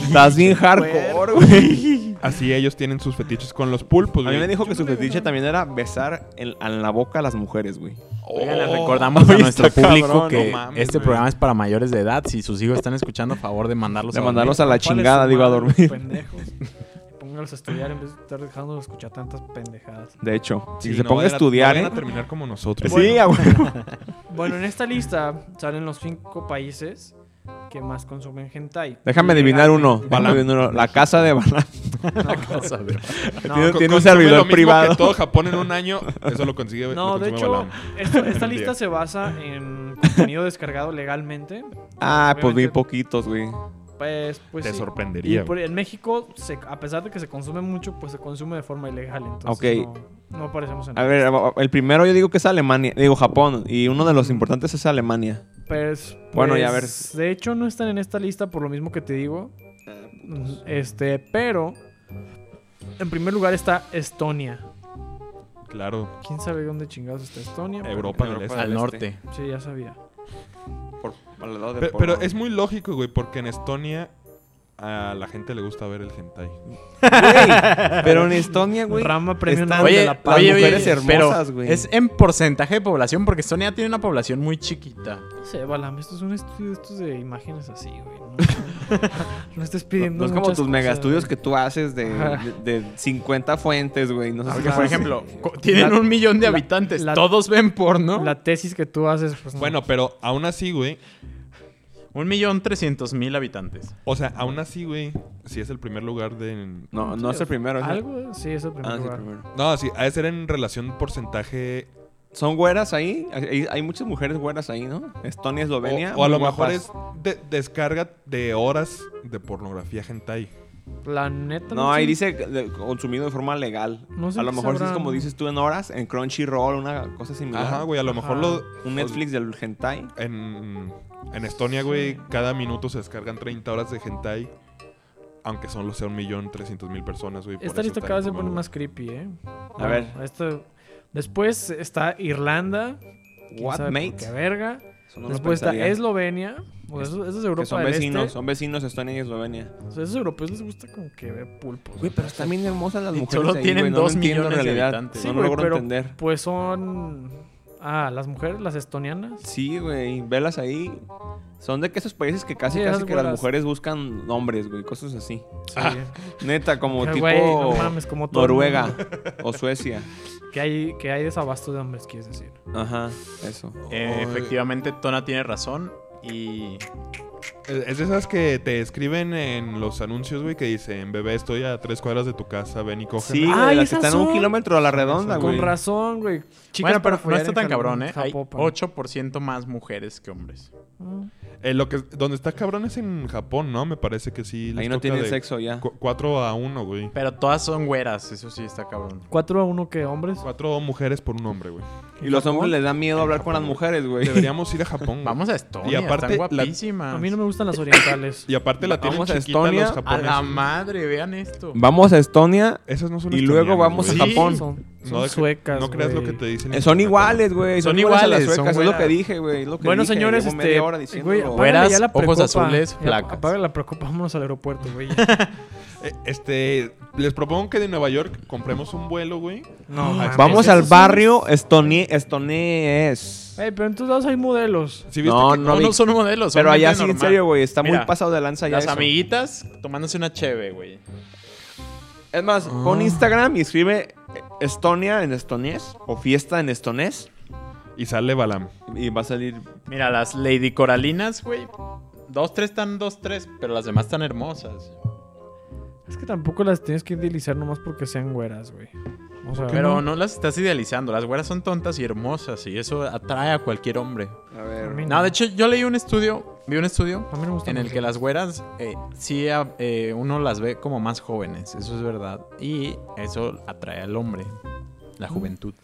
Estás bien hardcore, güey. así ellos tienen sus fetiches con los pulpos, A güey. mí me dijo que su fetiche también era besar en, en la boca a las mujeres, güey. Oigan, les recordamos a Oye, Oh, nuestro está público cabrón, que no mames, este güey. programa es para mayores de edad. Si sus hijos están escuchando, a favor de mandarlos De a mandarlos dormir. a la ¿cuál es chingada, su digo, a madre, dormir. Pendejos. Pónganlos a estudiar en vez de estar dejándolos escuchar tantas pendejadas. De hecho, si Oh, Sí, se no ponga a vayan estudiar, pues, no ¿eh? vayan a terminar como nosotros. Sí, a huevo. Bueno, en esta lista salen los cinco países que más consumen hentai. Déjame adivinar uno. Déjame Balán. adivinar uno. La casa de Balán. Cosa, güey. Tiene- Co- tiene un consume servidor lo mismo privado. Que todo Japón en un año, eso lo consigue. No, lo de consume hecho, Balam. esto- esta el día. lista se basa en contenido descargado legalmente. Ah, pues bien Obviamente. poquitos, güey. Pues, pues te sí. Y sorprendería. por- güey. en México, se- a pesar de que se consume mucho, pues se consume de forma ilegal. Entonces Ok. no, no aparecemos en A ver, el primero yo digo que es Alemania. Digo, Japón. Y uno de los importantes es Alemania. Pues, Bueno, ya a ver. pues, De hecho, no están en esta lista por lo mismo que te digo. Eh, Este, pero. En primer lugar está Estonia. Claro, ¿Quién sabe dónde chingados está Estonia? Pero- Europa del Europa Este. del Al norte. Sí, ya sabía. Pe- Pero, es muy lógico, güey, porque en Estonia a la gente le gusta ver el hentai. Güey, pero en Eh, Estonia, güey. Rama premio están- Nobel de Oye, la Paz. oye, oye, mujeres hermosas, pero güey. es en porcentaje de población porque Estonia tiene una población muy chiquita. Se Balam, esto es un estudio de estos de imágenes así, güey. No, no estés pidiendo. No es como muchas tus cosas, mega estudios güey. que tú haces de, de, de 50 fuentes, güey. Ah, No sé si Porque, por sabes. ejemplo, co- tienen La- un millón de la- habitantes. la- Todos ven porno. La tesis que tú haces, pues. no. Bueno, pero aún así, güey. Un millón trescientos mil habitantes. O sea, aún así, güey, si es el primer lugar de. No, no es el primero. es el- Algo, sí, es el primer Ah, es el lugar. primero. No, sí, ha de ser en relación porcentaje. Son güeras ahí. Hay, hay muchas mujeres güeras ahí, ¿no? Estonia, O, Eslovenia. o a muy lo guapas. mejor es de- descarga de horas de pornografía hentai. La neta. No, sé. ahí dice de- consumido de forma legal. No sé a lo qué mejor sí es sabrán. como dices tú en horas, en Crunchyroll, una cosa similar. Ajá, güey, a lo Ajá. mejor lo. Un Netflix del hentai. En, en Estonia, güey, cada minuto se descargan 30 horas de hentai. Aunque solo sea un millón trescientos mil personas, güey. por Esta eso lista está en cada vez se primer pone lugar. más creepy, ¿eh? A ver. Esto... Después está Irlanda. quién What, sabe por mate? Qué verga. Eso no lo Después está pensaría. Eslovenia. O eso, eso es de Que Europa son del vecinos, Este. son vecinos Estonia y Eslovenia. O sea, esos europeos les gusta como que ver pulpos. Güey, pero están bien hermosas las Y mujeres. solo ahí, tienen güey, dos no lo entiendo en millones de realidad. habitantes. no Sí, güey, logro pero- entender. Pues son... Ah, las mujeres, las estonianas. Sí, güey, velas ahí. Son de que esos países que casi Sí, casi esas que las güeras. mujeres buscan hombres, güey, cosas así. Sí. Neta, Ah, como Que, tipo güey, no mames, como todo el Noruega mundo. o Suecia. Que hay, que hay desabasto de hombres, quieres decir. Ajá, eso. Eh, Ay. efectivamente, Tona tiene razón. Y Eh, Es de esas que te escriben en los anuncios, güey, que dicen, bebé, estoy a tres cuadras de tu casa, ven y coge. Sí, Ay, güey, las que esas están a un son- kilómetro a la redonda, güey. Con razón, güey. Chicas bueno, pero para no follar está en tan Jalapa- cabrón, ¿eh? Hay Zapopan. 8% más mujeres que hombres. Mm. Eh, lo que, donde está cabrón es en Japón, ¿no? Me parece que sí. les Ahí no toca tienen de sexo ya. cu- Cuatro a uno, güey. Pero todas son güeras, eso sí está cabrón. ¿Cuatro a uno que hombres? Cuatro mujeres por un hombre, güey. Y los hombres les da miedo hablar con las mujeres, güey. Deberíamos ir a Japón. güey. Vamos a Estonia, Y aparte, están la- guapísimas. A mí no me gustan las orientales. Y aparte la tienen Vamos a chiquita Estonia, los a A japoneses. la madre, vean esto. Vamos a Estonia. Esas no son Y luego estonianas, vamos a güey. Sí. Japón. Son, No son deja- suecas, No creas lo güey. que te dicen. Eh, en Son Japón. iguales, güey. Son, Son iguales, a las iguales, son suecas. Es lo que güeras. dije, güey. es lo que Bueno, dije, señores, llevo este. media hora güey, diciéndolo. Güey, apágale ya Güeras, la ojos precopa. azules, Ya, flacas. Apaga la precopa, vámonos al aeropuerto, güey. Eh, Este, les propongo que de Nueva York compremos un vuelo, güey. no, mames, Vamos eso al sí barrio estoni estonés. es- Ey, pero en tus lados hay modelos. ¿Sí No, que- No, no, vi- son modelos. son Pero allá gente sí, en normal. serio, güey. Está muy Mira, pasado de lanza ya Las eso. amiguitas tomándose una cheve, güey. Es más, pon Instagram y escribe eh, Estonia en estonés o fiesta en estonés Y sale Balam. y va a salir... Mira, las Lady Coralinas, güey. Dos, tres están dos, tres, pero las demás están hermosas. Es que tampoco las tienes que idealizar nomás porque sean güeras, güey. O sea, Pero no las estás idealizando. Las güeras son tontas y hermosas y eso atrae a cualquier hombre. A a ver... mí No, de hecho, yo leí un estudio, vi un estudio A mí no me gustan en el los que las güeras, eh, sí, a- eh, uno las ve como más jóvenes, eso es verdad. Y eso atrae al hombre, Uh. la juventud.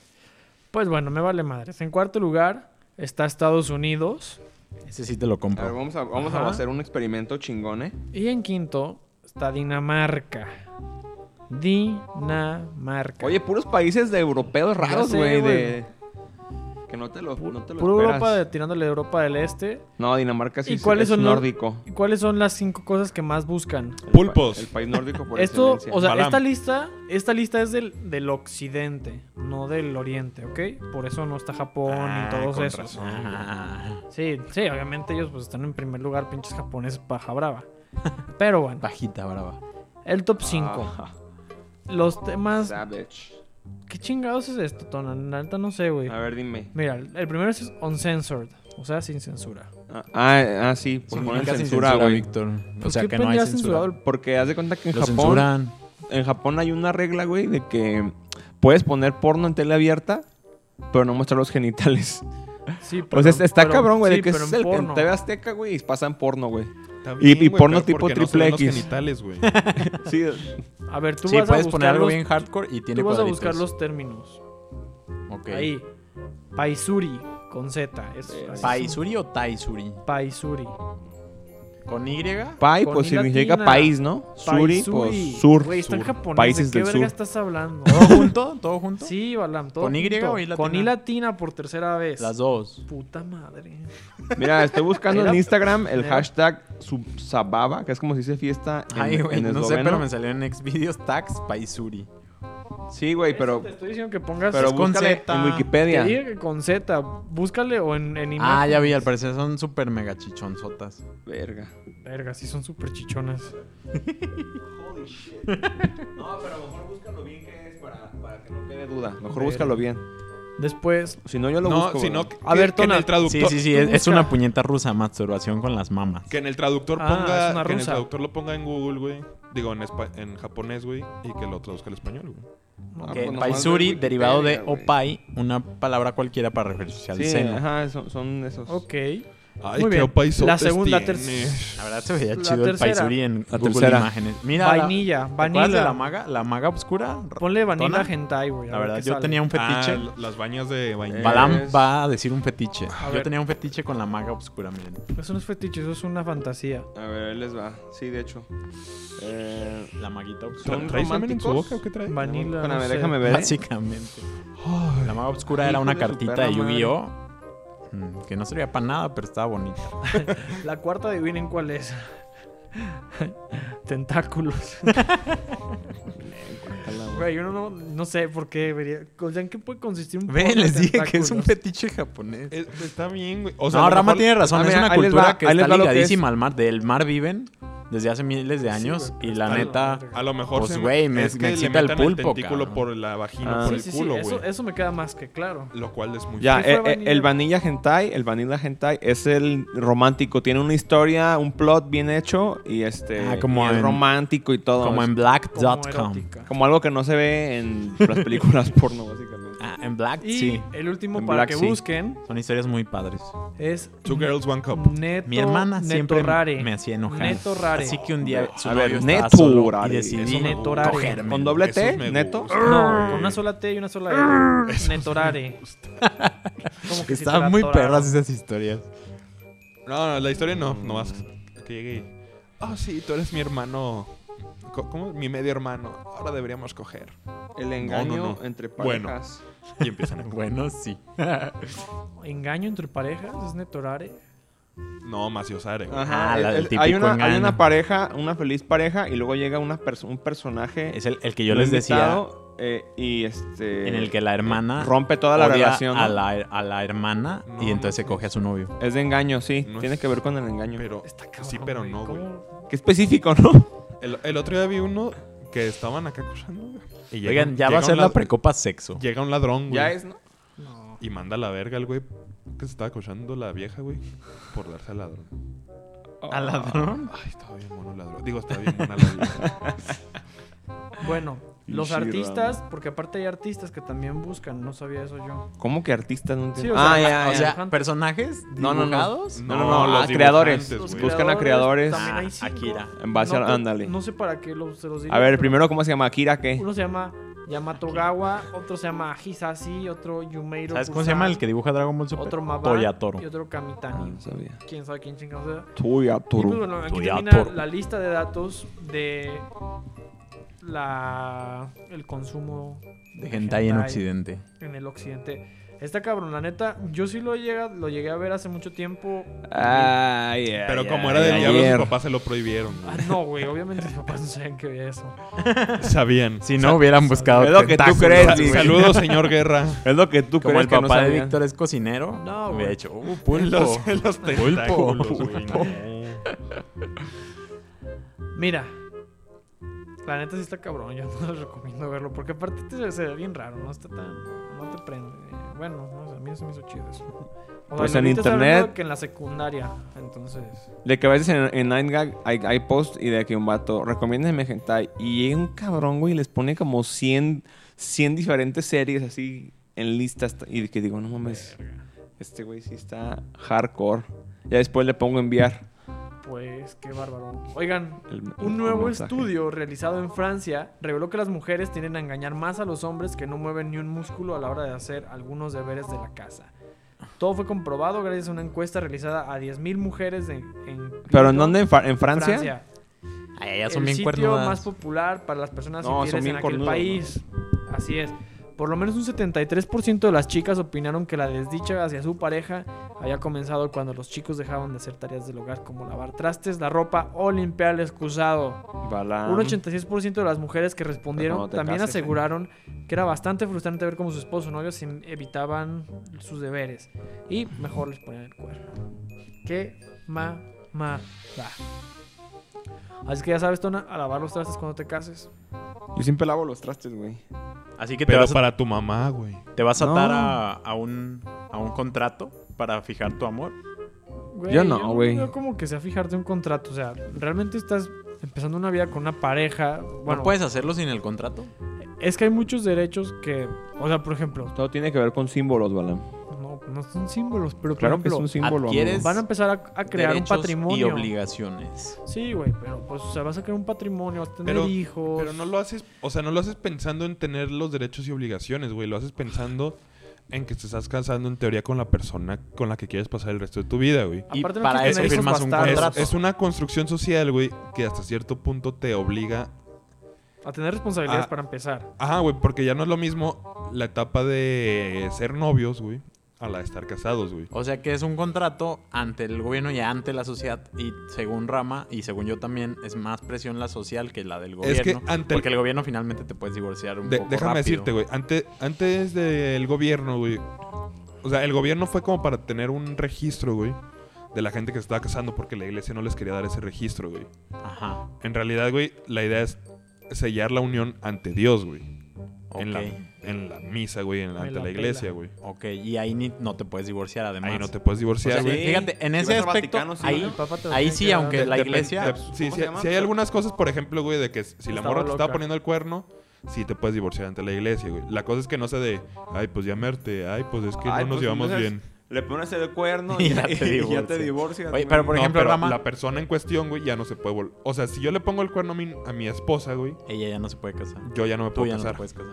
Pues bueno, me vale madres. En cuarto lugar está Estados Unidos. Ese sí te lo A ver, compro. vamos a, vamos a Ajá. hacer un experimento chingón, ¿eh? Y en quinto está Dinamarca. Dinamarca. Oye, puros países de europeos raros, sé, güey. güey. De... Que no te lo, no te lo Puro esperas. Europa de- tirándole a Europa del Este. No, Dinamarca sí ¿Y es, cuáles es son los- nórdico. ¿Y cuáles son las cinco cosas que más buscan? El pa- Pulpos. El país nórdico por Esto, excelencia. o sea, Balam. esta lista, esta lista es del, del occidente, no del oriente, ¿ok? Por eso no está Japón Ah, y todos con esos. razón, güey. Ah, Sí, sí, obviamente ellos pues están en primer lugar, pinches japoneses paja brava. Pero bueno, bajita, brava. el top 5. Ah, Los temas... savage. ¿Qué chingados es esto, Tona? La neta no sé, güey. A ver, dime. Mira, el el primero es uncensored, o sea, sin censura. Ah, Ah, ah, sí, pues ponen Significa sin censura, güey. Víctor. O ¿Por sea qué que no hay pendeja censura. censurado Porque haz de cuenta que en Lo Japón, censuran. en Japón hay una regla, güey, de que puedes poner porno en tele abierta, pero no mostrar los genitales. el- Sí, O sea, está- Pues está pero- cabrón, güey, sí, de que pero es en el que en porno. TV Azteca, güey, y pasan porno, güey. Está Y- y güey, porno pero tipo porque no se triple ven los X. genitales, güey. Sí, A ver, tú Sí, vas a puedes buscar poner algo los- bien hardcore y tiene Tú vas a cuadritos. buscar los términos. Ok. Ahí. Paisuri con Z. Es, Eh, así ¿Paisuri o Taisuri? es- Paisuri. ¿Con Y? Pai, Con pues I significa latina. país, ¿no? Suri, Paisuri. pues sur. Güey, está en sur. japonés. Países ¿De qué del verga sur. estás hablando? ¿Todo junto? ¿Todo junto? sí, Balam. todo ¿Con Y junto. o I latina? Con I latina por tercera vez. Las dos. Puta madre. Mira, estoy buscando en Era- Instagram el era- hashtag sub- Sababa, que es como se dice fiesta en, e- Ay, güey, en no sé, esloveno. pero me salió en Xvideos tags Paisuri. Sí, güey, Eso pero, Te estoy diciendo que pongas. pero es con búscale Z. en Te Wikipedia. dije que con Z. Búscale o en, en Ah, ya vi, al imágenes. parecer son súper mega chichonzotas. Verga. Verga, sí son súper chichonas. No, pero mejor búscalo bien que es para, que no quede duda. Mejor Verga. búscalo bien. Después. Si no, yo lo no, busco. sino güey. que, A ver, que en Tona. el traductor, Sí, sí, sí, tú es, es busca. una puñeta rusa, masturbación con las mamas. que en el traductor Ah, ponga, es una que en el rusa. traductor lo ponga en Google, güey. Digo, en, espa- en japonés, güey, y que lo traduzca al español, güey. Ah, Ok, pues nomás paisuri, de derivado de Wikipedia, güey. opai, una palabra cualquiera para referirse al Sí, seno. ajá, son, son esos. Ok. Ay, Muy qué bien. paisotes La segunda, tienes. terc- La verdad se veía La chido el tercera. paisuri en La Google tercera. Imágenes. Mira, la- Vainilla. ¿te acuerdas de la Vanilla. maga? ¿La maga oscura? Ponle vanilla ¿Tona? hentai, güey. a La ver verdad, qué yo sale. tenía un fetiche. Ah, las bañas de bañera. Balam Es- va a decir un fetiche. A Yo ver. tenía un fetiche con la maga oscura, miren. Eso no es fetiche, eso es una fantasía. A ver, ahí les va. Sí, de hecho. Eh, La maguita oscura. son ¿Trae semen en su románticos. boca o qué trae? Vanilla. Espérame, no sé. déjame ver. ¿eh? Básicamente. La maga oscura era Hijo una de su cartita perra de Yu-Gi-Oh! mm, Que no servía para nada, pero estaba bonita. La cuarta, adivinen cuál es. Tentáculos. Güey, yo no, no sé por qué debería. O sea, ¿en qué puede consistir un porno Ven, les de dije que es un tentáculos? fetiche japonés. Es- está bien, güey. O sea, a no, lo Rama mejor- tiene razón. Ah, es mira, una ahí les cultura va- que ahí les está va lo que es. ligadísima al mar. Del mar viven desde hace miles de años. y la está la neta, madre. A lo mejor Pues, se- güey, me- es me que le excita el metan pulpo, tentículo cabrón. por la vagina, Ah. o por Sí, el sí, sí, culo, güey. eso, eso me queda más que claro. Lo cual es muy Ya, ¿Qué fue eh, eh, Vanilla? el Vanilla Hentai, el Vanilla Hentai es el romántico, tiene una historia, un plot bien hecho y este Ah, como y es en- romántico y todo. como Es en Como black.com. erótica. como algo que no se ve en las películas porno básicamente. Ah, en black, Y sí. el último En para Black que Sea. busquen Son historias muy padres. es Two girls, one cup. Neto, Mi hermana Neto siempre rare. me hacía enojar. Neto rare. Así que un día su A novio ver, estaba neto solo y rare. decidí Eso me gusta. cogerme. Con doble Esos T, me neto. gustan, No, güey. con una sola T y una sola R. Netorare. Como que si te la Estaban muy atoraron. perras esas historias. No, no, la historia no. Nomás que llegue y... Ah, sí, tú eres mi hermano... Co- ¿Cómo? Mi medio hermano. Ahora deberíamos coger. Ah, El engaño No, no, no. entre Bueno. parejas. Y empiezan a coger. Bueno, sí. Engaño entre parejas, es netorare. No, Maciosare, güey. Ah, la es- del es- hay típico una hay engaño. una pareja, una feliz pareja y luego llega una perso- un personaje Es el, el que yo les decía invitado, eh, y este en el que la hermana rompe toda la odia relación. ¿no? a la, a la hermana No, y entonces se no, coge a su novio. Es de engaño, sí, No tiene es- que ver con el engaño. Pero... Está cabrón. Sí, pero no, güey. ¿Cómo? Qué específico, ¿no? El, el otro día vi uno que estaban acá acusando, güey. Y llega- Oigan, ya llega va a un ser la lad- precopa sexo. Llega un ladrón, güey. Ya es, ¿no? No. Y manda a la verga al güey que se estaba acosando la vieja, güey, por darse al ladrón. ¿Al ladrón? Ay, estaba bien mono el ladrón. Digo, estaba bien mona la vieja. Bueno, los Pinche artistas, porque aparte hay artistas que también buscan, no sabía eso yo. ¿Cómo que artista? No entiendo. Sí, o sea, ah, ya, O ya. sea, personajes No, no, no. dibujados. No, no, no, los creadores. dibujantes, güey. Buscan a creadores. también hay Ah, cinco. Akira. En base no, a- te- ándale. No sé para qué lo- se los digo. a ver, pero primero, ¿cómo se llama? Akira, ¿qué? Uno se llama llama Togawa, otro se llama Hisashi, otro Yumeiro. ¿Sabes cómo se llama el que dibuja Dragon Ball Super? Otro Mabá Toyatoro. y otro Ah, Kamitani. no sabía. Quién sabe quién chingados sea. Y pues Toyatoro. bueno, aquí Toyatoro. termina la lista de datos de la el consumo De hentai en hentai. Occidente. en el occidente. Está cabrón, la neta, yo sí lo llegué, lo llegué a ver hace mucho tiempo. Ah, yeah, Pero yeah, como era del yeah, diablo, yeah. sus papás se lo prohibieron. güey. Ah, no, güey, obviamente mis papás no sabían que veía eso. Sabían. Si no, hubieran buscado. es lo que tú tentáculos, crees, Sa- güey. güey. Saludos, señor Guerra. Es lo que tú Como crees el que no papá de sabía. Víctor es cocinero. No, me güey. he hecho, uh, pulpo. Los, Oh. los tentáculos, güey, pulpo. no. Mira, la neta sí está cabrón, yo no les recomiendo verlo, porque aparte te- se, ve bien raro, no está tan, no te prende. Bueno, no sé, a mí no se me hizo chido eso. O Pues sea, en ahorita está hablando internet- Que en la secundaria, entonces. De que a veces en, en Nine Gag hay, hay post y de que un vato recomiéndame hentai y llega un cabrón, güey, y les pone como 100, 100 diferentes series así en listas y que digo, no mames, este güey sí está hardcore. Ya después le pongo enviar Pues qué bárbaro. Oigan, el- el un nuevo mensaje. estudio realizado en Francia reveló que las mujeres tienden a engañar más a los hombres que no mueven ni un músculo a la hora de hacer algunos deberes de la casa. Todo fue comprobado gracias a una encuesta realizada a 10.000 mujeres de- en... ¿Pero en dónde? ¿En, Fra- en Francia? Ay, ya son el bien sitio cuernudas. más popular para las personas No, son infieles bien en aquel cornudos, país. Así es. Por lo menos un 73% de las chicas opinaron que la desdicha hacia su pareja había comenzado cuando los chicos dejaban de hacer tareas del hogar como lavar trastes, la ropa o limpiar el excusado. Balam. Un 86% de las mujeres que Pero no respondieron Ah. te también cases, ¿eh? aseguraron que era bastante frustrante ver cómo su esposo o novio se evitaban sus deberes y mejor les ponían el cuerno. Qué mamada. Así que ya sabes, Tona, a lavar los trastes cuando te cases. Yo siempre lavo los trastes, güey. Así que te Pero vas, a, para tu mamá, güey. te vas a No. atar a, a un, a un contrato para fijar tu amor. Güey, Yo no, güey. veo como que sea fijarte un contrato. O sea, realmente estás empezando una vida con una pareja. Bueno, ¿No puedes hacerlo sin el contrato? es que hay muchos derechos que. O sea, por ejemplo, Todo tiene que ver con símbolos, Balam. no, no son símbolos, pero por Claro que es ejemplo, un símbolo. adquieres- amigo. van a empezar a, a crear un Derechos patrimonio. Y obligaciones. Sí, güey, pero pues, o sea, vas a crear un patrimonio, vas a tener Pero- hijos. Pero no lo haces, o sea, no lo haces pensando en tener los derechos y obligaciones, güey. Lo haces pensando en que te estás casando en teoría con la persona con la que quieres pasar el resto de tu vida, güey. Y Aparte, no para quieres eso tener hijos firmas un bastardos. contrato. Es, es una construcción social, güey, que hasta cierto punto te obliga A tener responsabilidades Ah. para empezar. Ajá, güey, porque ya no es lo mismo la etapa de ser novios, güey, a la de estar casados, güey. O sea que es un contrato ante el gobierno y ante la sociedad. Y según Rama, y según yo también, es más presión la social que la del gobierno. Es que ante el- Porque el gobierno finalmente te puedes divorciar un De- poco déjame rápido. decirte, güey, ante- antes del gobierno, güey, o sea, el gobierno fue como para tener un registro, güey, de la gente que se estaba casando porque la iglesia no les quería dar ese registro, güey. Ajá. En realidad, güey, la idea es sellar la unión ante Dios, güey. En, la, Ok. en la misa, güey, en la- Me ante la la iglesia, pela. güey. Ok, y ahí ni- no te puedes divorciar además. Ahí no te O puedes sea, divorciar, güey. sí, Fíjate, en Si ese vas al aspecto, Vaticano, sí, ahí, ¿no? Papá te lo ahí tiene sí, que aunque dar. la Depen- iglesia... de- sí, ¿Cómo sí, se llama? sí hay algunas cosas, por ejemplo, güey, de que si la Estaba morra te está loca. poniendo el cuerno, sí te puedes divorciar ante la iglesia, güey. La cosa es que no se de, ay, pues ya merte, ay, pues es que Ay, no nos pues, llevamos entonces, bien. Le pones el cuerno Y y, ya ya, te y ya te divorcias. divorcias. Oye, güey. pero por No, ejemplo, pero Rama, la persona en cuestión, güey, ya no se puede vol- O sea, si yo le pongo el cuerno a mi, a mi esposa, güey, ella ya no se puede casar. yo ya no me Tú puedo ya no te casar. puedes casar.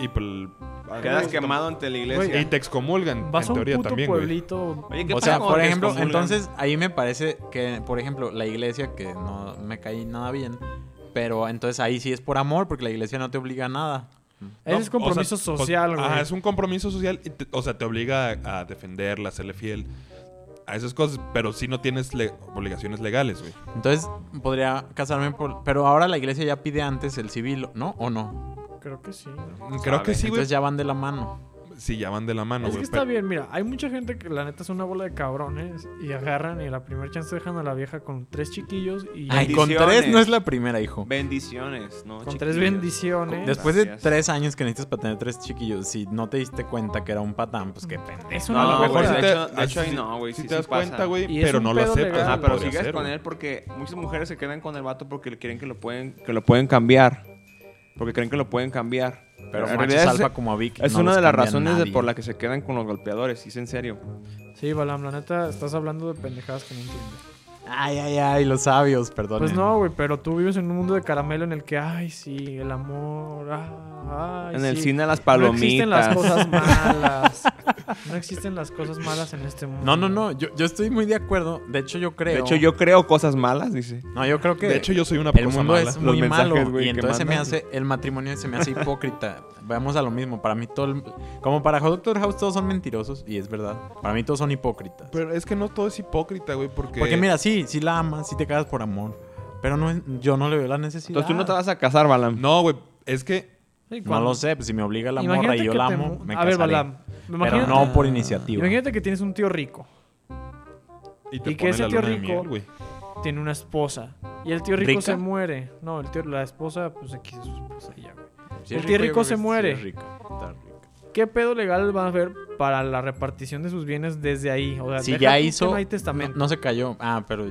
y, pel- Quedas Ay, quemado ante la iglesia. Y te excomulgan, Vas a en un teoría puto también, güey. pueblito. Oye, ¿qué O pasa sea, cuando por te ejemplo, excomulgan? entonces ahí me parece que, por ejemplo, la iglesia, que no me caí nada bien, pero entonces ahí sí es por amor, porque la iglesia no te obliga a nada. Ese No, es compromiso o sea, social, o- güey. Ajá, es un compromiso social. y te- o sea, te obliga a, a defenderla, a serle fiel. A esas cosas, pero sí no tienes le- obligaciones legales, güey. Entonces podría casarme por... Pero ahora la iglesia ya pide antes el civil, ¿no? ¿O no? Creo que sí. Creo que sí, güey. Entonces ya van de la mano. Sí, ya van de la mano, es güey. que está pero- bien, mira, hay mucha gente que la neta es una bola de cabrones y agarran y la primera chance dejan a la vieja con tres chiquillos y Ay, con Bendiciones. tres no es la primera, hijo. Bendiciones, ¿no? con tres chiquillos? bendiciones. Después de Gracias. tres años que necesitas para tener tres chiquillos, si no te diste cuenta que era un patán, pues qué pendejo. Es No, una no, locura. güey, de te- hecho- de hecho ahí sí- no, güey, sí sí- sí te das pasa. cuenta, güey, Y es pero un no lo pedo aceptas. legal. no Ajá, pero podría sigues ser, con güey. él porque muchas mujeres se quedan con el vato porque le creen que lo pueden, que lo pueden cambiar. Porque creen que lo pueden cambiar. Pero en machos realidad es, alfa como a Vic. es no una los de las cambia razones de nadie. por la que se quedan con los golpeadores, y es en serio. Sí, Balam, la neta, estás hablando de pendejadas que no entiendes. Ay, ay, ay, los sabios, perdón. Pues no, güey, pero tú vives en un mundo de caramelo en el que, ay, sí, el amor, ah, ay, En el sí. cine las No palomitas. existen las cosas malas. No existen las cosas malas en este mundo. No, no, no. Yo, yo estoy muy de acuerdo. De hecho, yo creo. De hecho, yo creo cosas malas, dice. No, yo creo que. De hecho, yo soy una el persona mundo mala. es muy los mensajes, malo. güey, y que entonces se me mandan. hace. El matrimonio se me hace hipócrita. Vamos a lo mismo. Para mí, todo. el- como para Doctor House, todos son mentirosos. Y es verdad. Para mí, todos son hipócritas. Pero es que no todo es hipócrita, güey, porque... Porque mira, sí, sí la amas, sí te cagas por amor. Pero no, es- yo no le veo la necesidad. Entonces tú no te vas a casar, Balam. No, güey, es que... Sí, No cuando- lo sé, pues si me obliga la Imagínate morra y yo que la te amo, mu- me A ver, casaré. Balam. pero no por iniciativa. Imagínate que tienes un tío rico. Y te ¿Y qué pone ese la tío luna de rico? miel, güey. tiene una esposa. Y el tío rico ¿Rica? se muere. No, el tío, la esposa, pues aquí es su esposa y ya, güey. Si es El tío yo rico creo se que sí muere. es rico, está rico. ¿Qué pedo legal va a haber para la repartición de sus bienes desde ahí? O sea, Si deja ya tú que hizo, No hay no, testamento. no se cayó. Ah, pero,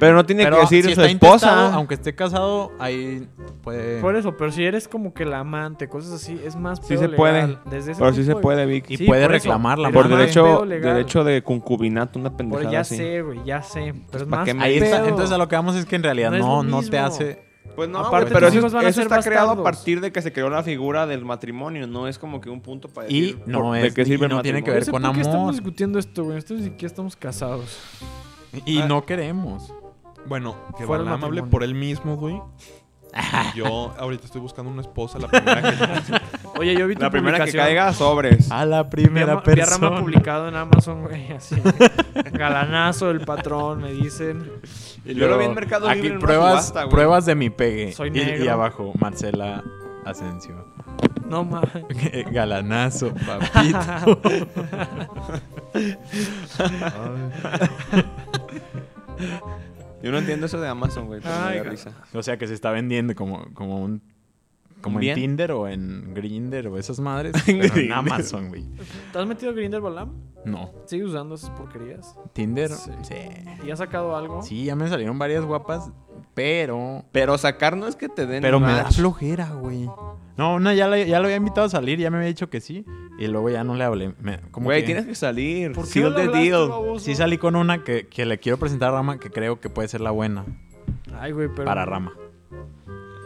Pero no tiene pero ah, que decir si su está intestado, esposa. Aunque esté casado, ahí puede. Por eso, pero si eres como que la amante, cosas así, es más Sí pedo se legal. puede, Desde ese Pero sí tipo se de- puede, Vic. Y Sí, puede por eso, reclamarla, pero Por no hay derecho, pedo legal. derecho de concubinato, una Por- pendejada ya así. Pues, sé, güey, ya sé. Pero es ¿pa' más qué me- Ahí está. pedo. Entonces a lo que vamos es que en realidad No es no, lo no te mismo. hace. Pues no, Aparte, güey, pero tus eso, hijos van a eso ser está creado a bastardos. partir de que se creó la figura del matrimonio, no es como que un punto para Y decir no por- es. de qué y sirve el no tiene que matrimonio. ver No sé con por qué estamos amor. discutiendo esto, güey. Nosotros ni siquiera estamos casados. Y Ah. no queremos. Bueno, que Fuera el Balam hable matrimonio. por él mismo, güey. Y Yo ahorita estoy buscando una esposa, la primera que... Oye, yo vi tu La primera que publicación. caiga sobres. A la Vi a primera Ma- vi a Rama persona. publicado en Amazon, güey, así. güey. Galanazo el patrón, me dicen. Yo lo vi en Mercado Aquí Libre en una pruebas, subasta, güey. pruebas de mi pegue. Soy y, y negro. abajo, Marcela Asensio. No mames. Galanazo, papito. Yo no entiendo eso de Amazon, güey. pero me Ay, da ca- risa. o sea que se está vendiendo como, como un. Como Bien. en Tinder o en Grinder o esas madres. pero en Grindr. Amazon, güey. ¿Te has metido Grinder Balam? No. ¿Sigues usando esas porquerías? Tinder. Sí. Sí. ¿Y has sacado algo? Sí, ya me salieron varias guapas, pero. Pero sacar no es que te den Pero me da match. flojera, güey. No, una ya, la, ya lo había invitado a salir, ya me había dicho que sí. Y luego ya no le hablé. Me- como Güey, que- tienes que salir. ¿Por qué Seal no the le hablaste, deal. baboso? Sí salí con una que, que le quiero presentar a Rama que creo que puede ser la buena Ay, güey, pero... para Rama.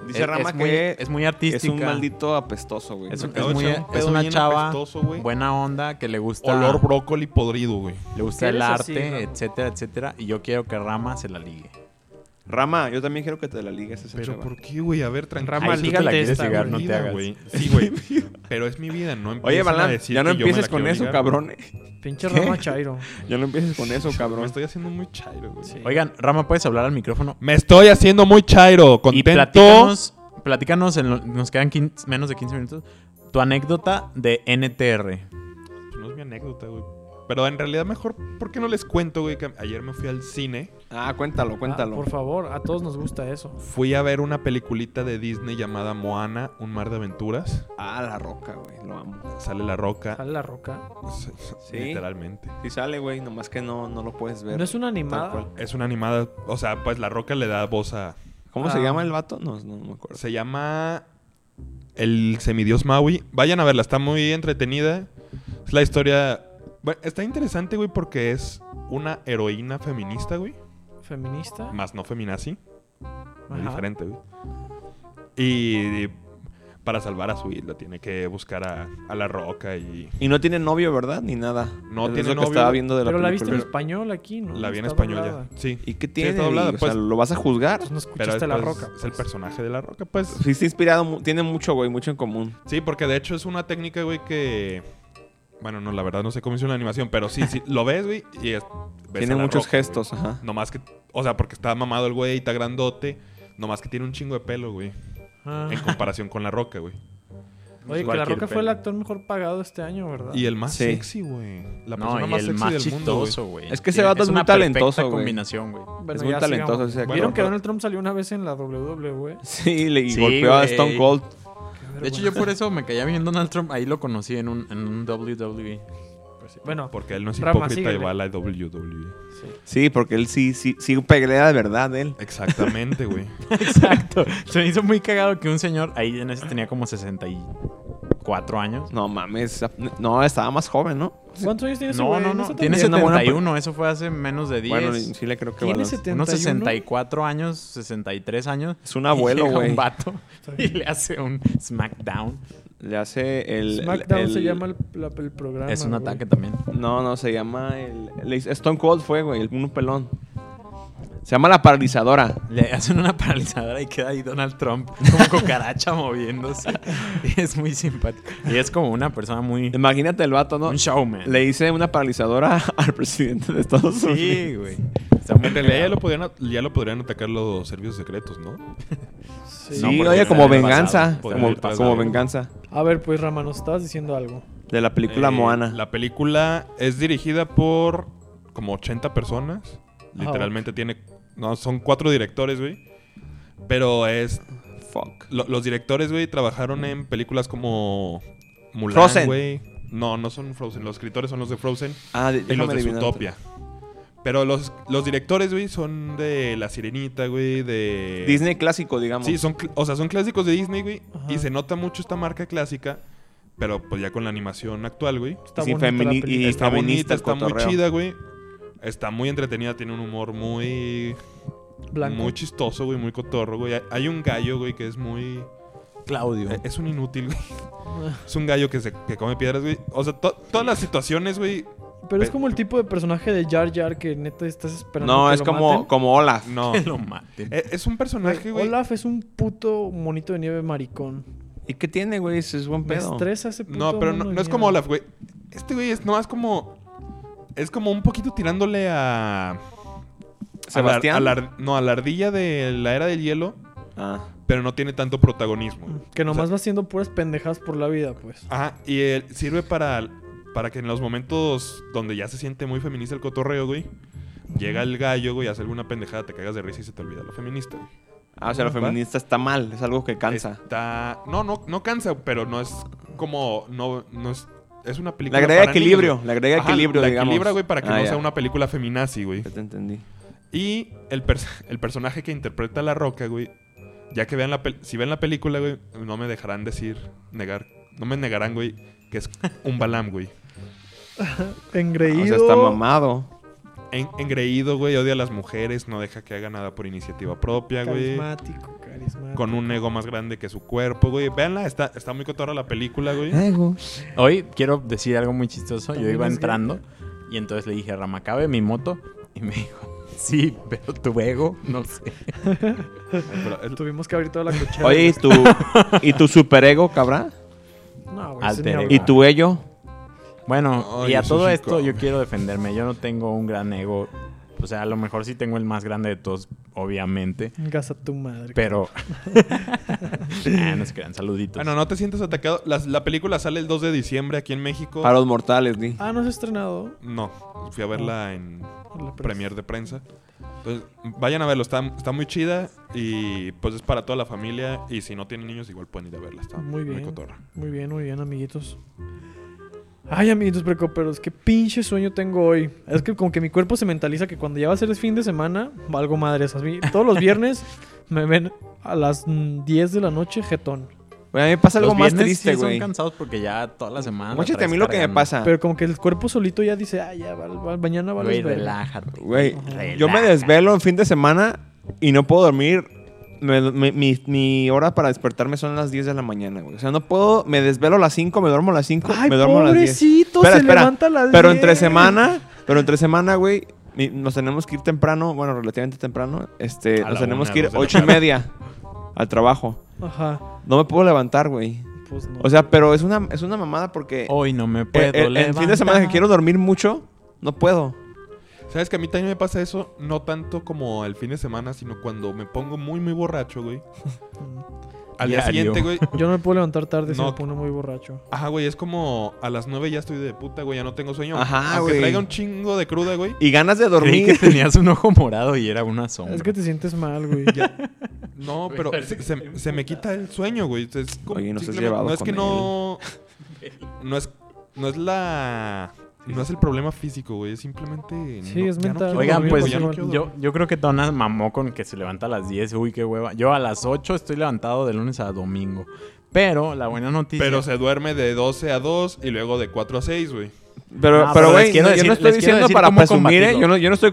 Dice Es- Rama es muy- que es muy es artística. un maldito apestoso, güey. Es- Me es acabo de muy- echar un es pedo una bien chava apestoso, güey. Buena onda, que le gusta, Olor brócoli podrido, güey. le gusta el ¿Eres arte, así, Rama? etcétera, etcétera. Y yo quiero que Rama se la ligue. Rama, yo también quiero que te la ligues a esa Pero chava. ¿por qué, güey? A ver, tranquilo. Ay, Rama, tú te lígate la quieres esta, ligar, güey. no te hagas. güey. Sí, güey. Pero es mi vida, no Oye, empiecen a Balán, decir ya no que yo me la empieces con quiero eso, ligar. cabrón. eh. Pinche ¿Qué? Rama Chairo. Ya no empieces con eso, Me cabrón. estoy haciendo muy chairo, güey. Sí. Ah, Oigan, Rama, ¿puedes hablar al micrófono? Me estoy haciendo muy chairo, Y contento. platícanos, platícanos en lo- nos quedan 15 menos de 15 minutos, tu anécdota de NTR. No es mi anécdota, güey. Pero en realidad mejor, ¿por qué no les cuento, güey? Que ayer me fui al cine. Ah, cuéntalo, Ah, cuéntalo. por favor, a todos nos gusta eso. Fui a ver una peliculita de Disney llamada Moana, Un Mar de Aventuras. Ah, la roca, güey. Lo amo. Sale la roca. pues, Sale la roca. Sí. Literalmente. Si sale, güey, nomás que no, no lo puedes ver. ¿No es una animada? cual. Es una animada. O sea, pues la roca le da voz a. ¿Cómo se Ah. llama el vato? No, no me acuerdo. Se llama El semidios Maui. Vayan a verla, está muy entretenida. Es la historia. Bueno, está interesante, güey, porque es una heroína feminista, güey. ¿Feminista? Más no feminazi. Muy Ajá. diferente, güey. Y, y para salvar a su isla tiene que buscar a, a la roca y. Y no tiene novio, ¿verdad? Ni nada. No Es lo tiene que novio, estaba güey. viendo de la Pero la viste en película. español aquí, ¿no? la vi en Está español doblada. ya. Sí. ¿Y qué Sí, tiene? está doblada, güey? o pues. sea, ¿lo vas a juzgar? Entonces no Pero escuchaste la pues, roca. Es el pues. personaje de la roca, pues. Sí, está inspirado. mu- Tiene mucho, güey, mucho en común. Sí, porque de hecho es una técnica, güey, que. Bueno, no, la verdad no sé cómo hicieron la animación, pero sí, sí, lo ves, güey, y es- ves Tiene a la muchos roca, güey. gestos, ajá. Nomás que. O sea, porque está mamado el güey y está grandote. Nomás que tiene un chingo de pelo, güey. Ah. En comparación con la roca, güey. Oye, que la Cualquier roca fue el peli. actor mejor pagado este año, ¿verdad? Y el más Sí. sexy, güey. La persona no, y más el sexy más del mundo. güey. chistoso, güey. Es que ese vato es muy una perfecta talentoso, güey. combinación, güey. Bueno, es muy ya talentoso sigamos. ese actor. ¿Vieron que Pero- Donald Trump salió una vez en la E? WWE? Sí, le y Sí, golpeó a güey. Stone Cold. De hecho, yo por eso me caía bien Donald Trump. Ahí lo conocí en un, en un E. WWE. Pues Bueno, Porque él no es Rama, hipócrita y síguele. va a E. la WWE. Sí, porque él sí, sí, sí pelea de verdad, él. Exactamente, güey. Exacto. Se me hizo muy cagado que un señor ahí en ese tenía como 64 cuatro años. No mames. No, estaba más joven, ¿no? ¿Cuántos años tiene ese No, güey? no, sé no. tan Tiene es viejo. una buena 71, eso fue hace menos de 10. Bueno, sí le creo que ¿Tiene balas. 71? unos 64 años, 63 años. Es un abuelo, y llega güey. un vato y le hace un smackdown. Le hace el. SmackDown el- se llama el, la- el programa. es un güey. ataque también. No, no, se llama el. le hice- Stone Cold fue, güey, el uno pelón. Se llama la paralizadora. Le hacen una paralizadora y queda ahí Donald Trump como cucaracha moviéndose. Y es muy simpático. Y es como una persona muy... Imagínate el vato, ¿no? Un showman. Le hice una paralizadora al presidente de Estados Unidos. Sí, güey. Está muy En realidad ya cagado. lo, podrían, ya lo podrían atacar los servicios secretos, ¿no? Sí. Sí, No, porque oye, está como bien venganza. basado. Podría Como, ir tras como de- venganza. A ver, pues Rama, nos estabas diciendo algo. De la película Eh, Moana. La película es dirigida por como 80 personas. Ah, Literalmente tiene. No, son cuatro directores, güey. Pero es. Fuck. lo- los directores, güey, trabajaron en películas como. Mulan, Frozen. güey. No, no son Frozen. Los escritores son los de Frozen Ah, de, y los déjame de adivinar. Zootopia. Pero los, los directores, güey, son de La Sirenita, güey, de. Disney clásico, digamos. Sí, son, cl- o sea, son clásicos de Disney, güey. Ajá. Y se nota mucho esta marca clásica. Pero pues ya con la animación actual, güey. Está Sí, bonita la femini- película. y- está feminista bonita, el está muy cotorreo. chida, güey. Está muy entretenida, tiene un humor muy. Blanco. Muy chistoso, güey, muy cotorro, güey. Hay- Hay un gallo, güey, que es muy. Claudio. eh, Es un inútil, güey. Es un gallo que, se, que come piedras, güey. O sea, to- todas las situaciones, güey. Pero es como el tipo de personaje de Jar Jar que neta estás esperando. No, que es lo como, maten. como Olaf. No. Que lo maten. Eh, Es un personaje, güey. Olaf es un puto monito de nieve maricón. ¿Y qué tiene, güey? Ese Es buen Me pedo. estresa ese puto No, pero no, mono de no es nieve. como Olaf, güey. Este güey es nomás como. Es como un poquito tirándole a. a la- Sebastián. a la- no, a la ardilla de la era del hielo. Ah. Pero no tiene tanto protagonismo. Que O sea, nomás va haciendo puras pendejadas por la vida, pues. Ajá, y él sirve para, para que en los momentos donde ya se siente muy feminista el cotorreo, güey, llega el gallo, güey, hace alguna pendejada, te cagas de risa y se te olvida lo feminista. Ah, o sea, lo ¿Va? feminista está mal. Es algo que cansa. Está... No, no, no cansa, pero no es como... No, no es... Es una Le película agrega para equilibrio. niños, Le agrega güey. Ajá, equilibrio, la digamos. equilibra, güey, para que Ah, no ya. sea una película feminazi, güey. Ya te entendí. Y el, pers- el personaje que interpreta a La Roca, güey, ya que vean la pel- si ven la película, güey, no me dejarán decir, negar, no me negarán, güey, que es un balam, güey. Engreído. O sea, está mamado. en- engreído, güey, odia a las mujeres, no deja que haga nada por iniciativa propia, güey. Carismático, carismático. Con un ego más grande que su cuerpo, güey. Véanla, está, está muy cotorra la película, güey. Eh, Hoy quiero decir algo muy chistoso. Yo También iba es entrando y entonces le dije, Rama, ¿cabe mi moto? Y me dijo, sí, pero tu ego, no sé. Eh, Pero es- Tuvimos que abrir toda la cochera. Oye, ¿y tu, ¿y tu superego, cabrón? No, güey, ese Alter ni ego. hablar. ¿Y tu ello? Bueno, Ay, y a ese todo chico. esto yo quiero defenderme. Yo no tengo un gran ego. O sea, a lo mejor sí tengo el más grande de todos, obviamente. Gas a tu madre. Pero... ah, no se crean, saluditos. Bueno, no te sientes atacado. Las- la película sale el 2 de diciembre aquí en México. Para los mortales, ni. Ah, no se ha estrenado. No, fui a verla en La premier de prensa. Entonces, vayan a verlo, está, está muy chida y pues es para toda la familia. Y si no tienen niños, igual pueden ir a verla. Está Muy muy bien. cotorra. Muy bien, muy bien, amiguitos. Ay, amiguitos precoperos, qué pinche sueño tengo hoy. Es que como que mi cuerpo se mentaliza que cuando ya va a ser el fin de semana, valgo madres. A mí, Todos los viernes me ven a las mm, 10 de la noche jetón. Güey, a mí me pasa algo Los más viernes triste, sí güey. son cansados porque ya toda la semana... la Muchas a traes mí lo que me cargando. pasa. Pero como que el cuerpo solito ya dice, ah, ya, val- val- mañana vale. Güey, relájate. Güey, Ajá. yo me Relájate. desvelo en fin de semana y no puedo dormir. Me- me- mi, mi hora para despertarme son las 10 de la mañana, güey. O sea, no puedo. Me desvelo a las 5, me duermo a las 5, Ay, me duermo a las 10. pobrecito, Espera, se espera. levanta a las Pero entre 10. semana, pero entre semana, güey, mi- nos tenemos que ir temprano, bueno, relativamente temprano. Este, A nos la tenemos una, que ir dos de la ocho y tarde. media al trabajo. Ajá. No me puedo levantar, güey. Pues no. O sea, pero es una, es una mamada porque Hoy no me el, Oh, puedo Eh, el- el fin de levantar. semana que quiero dormir mucho, no puedo. ¿Sabes que a mí también me pasa eso? No tanto como el fin de semana, sino cuando me pongo muy, muy borracho, güey. Al día Diario. siguiente, güey. Yo no me puedo levantar tarde si No. me pongo muy borracho. Ajá, güey, es como a las 9 ya estoy de puta, güey, ya no tengo sueño. Ajá, Aunque güey. traiga un chingo de cruda, güey. Y ganas de Creí dormir. que tenías un ojo morado y era una sombra. Es que te sientes mal, güey. No, pero se, se- se me quita el sueño, güey. Es como Oye, nos has simplemente- llevado No es que con no. No es, no es la. No es el problema físico, güey. Es simplemente. Sí, no- es ya no mental. quiero Oigan, dormir, pues güey, ya yo, no quiero yo, yo creo que Tona mamó con que se levanta a las 10. Uy, qué hueva. Yo a las 8 estoy levantado de lunes a domingo. Pero la buena noticia. Pero se duerme de 12 a 2 y luego de 4 a 6, güey. Pero, No, pero, pero les güey, quiero no, yo decir- no estoy les quiero diciendo decir para cómo presumir, ¿eh? combatirlo. Yo no, yo no estoy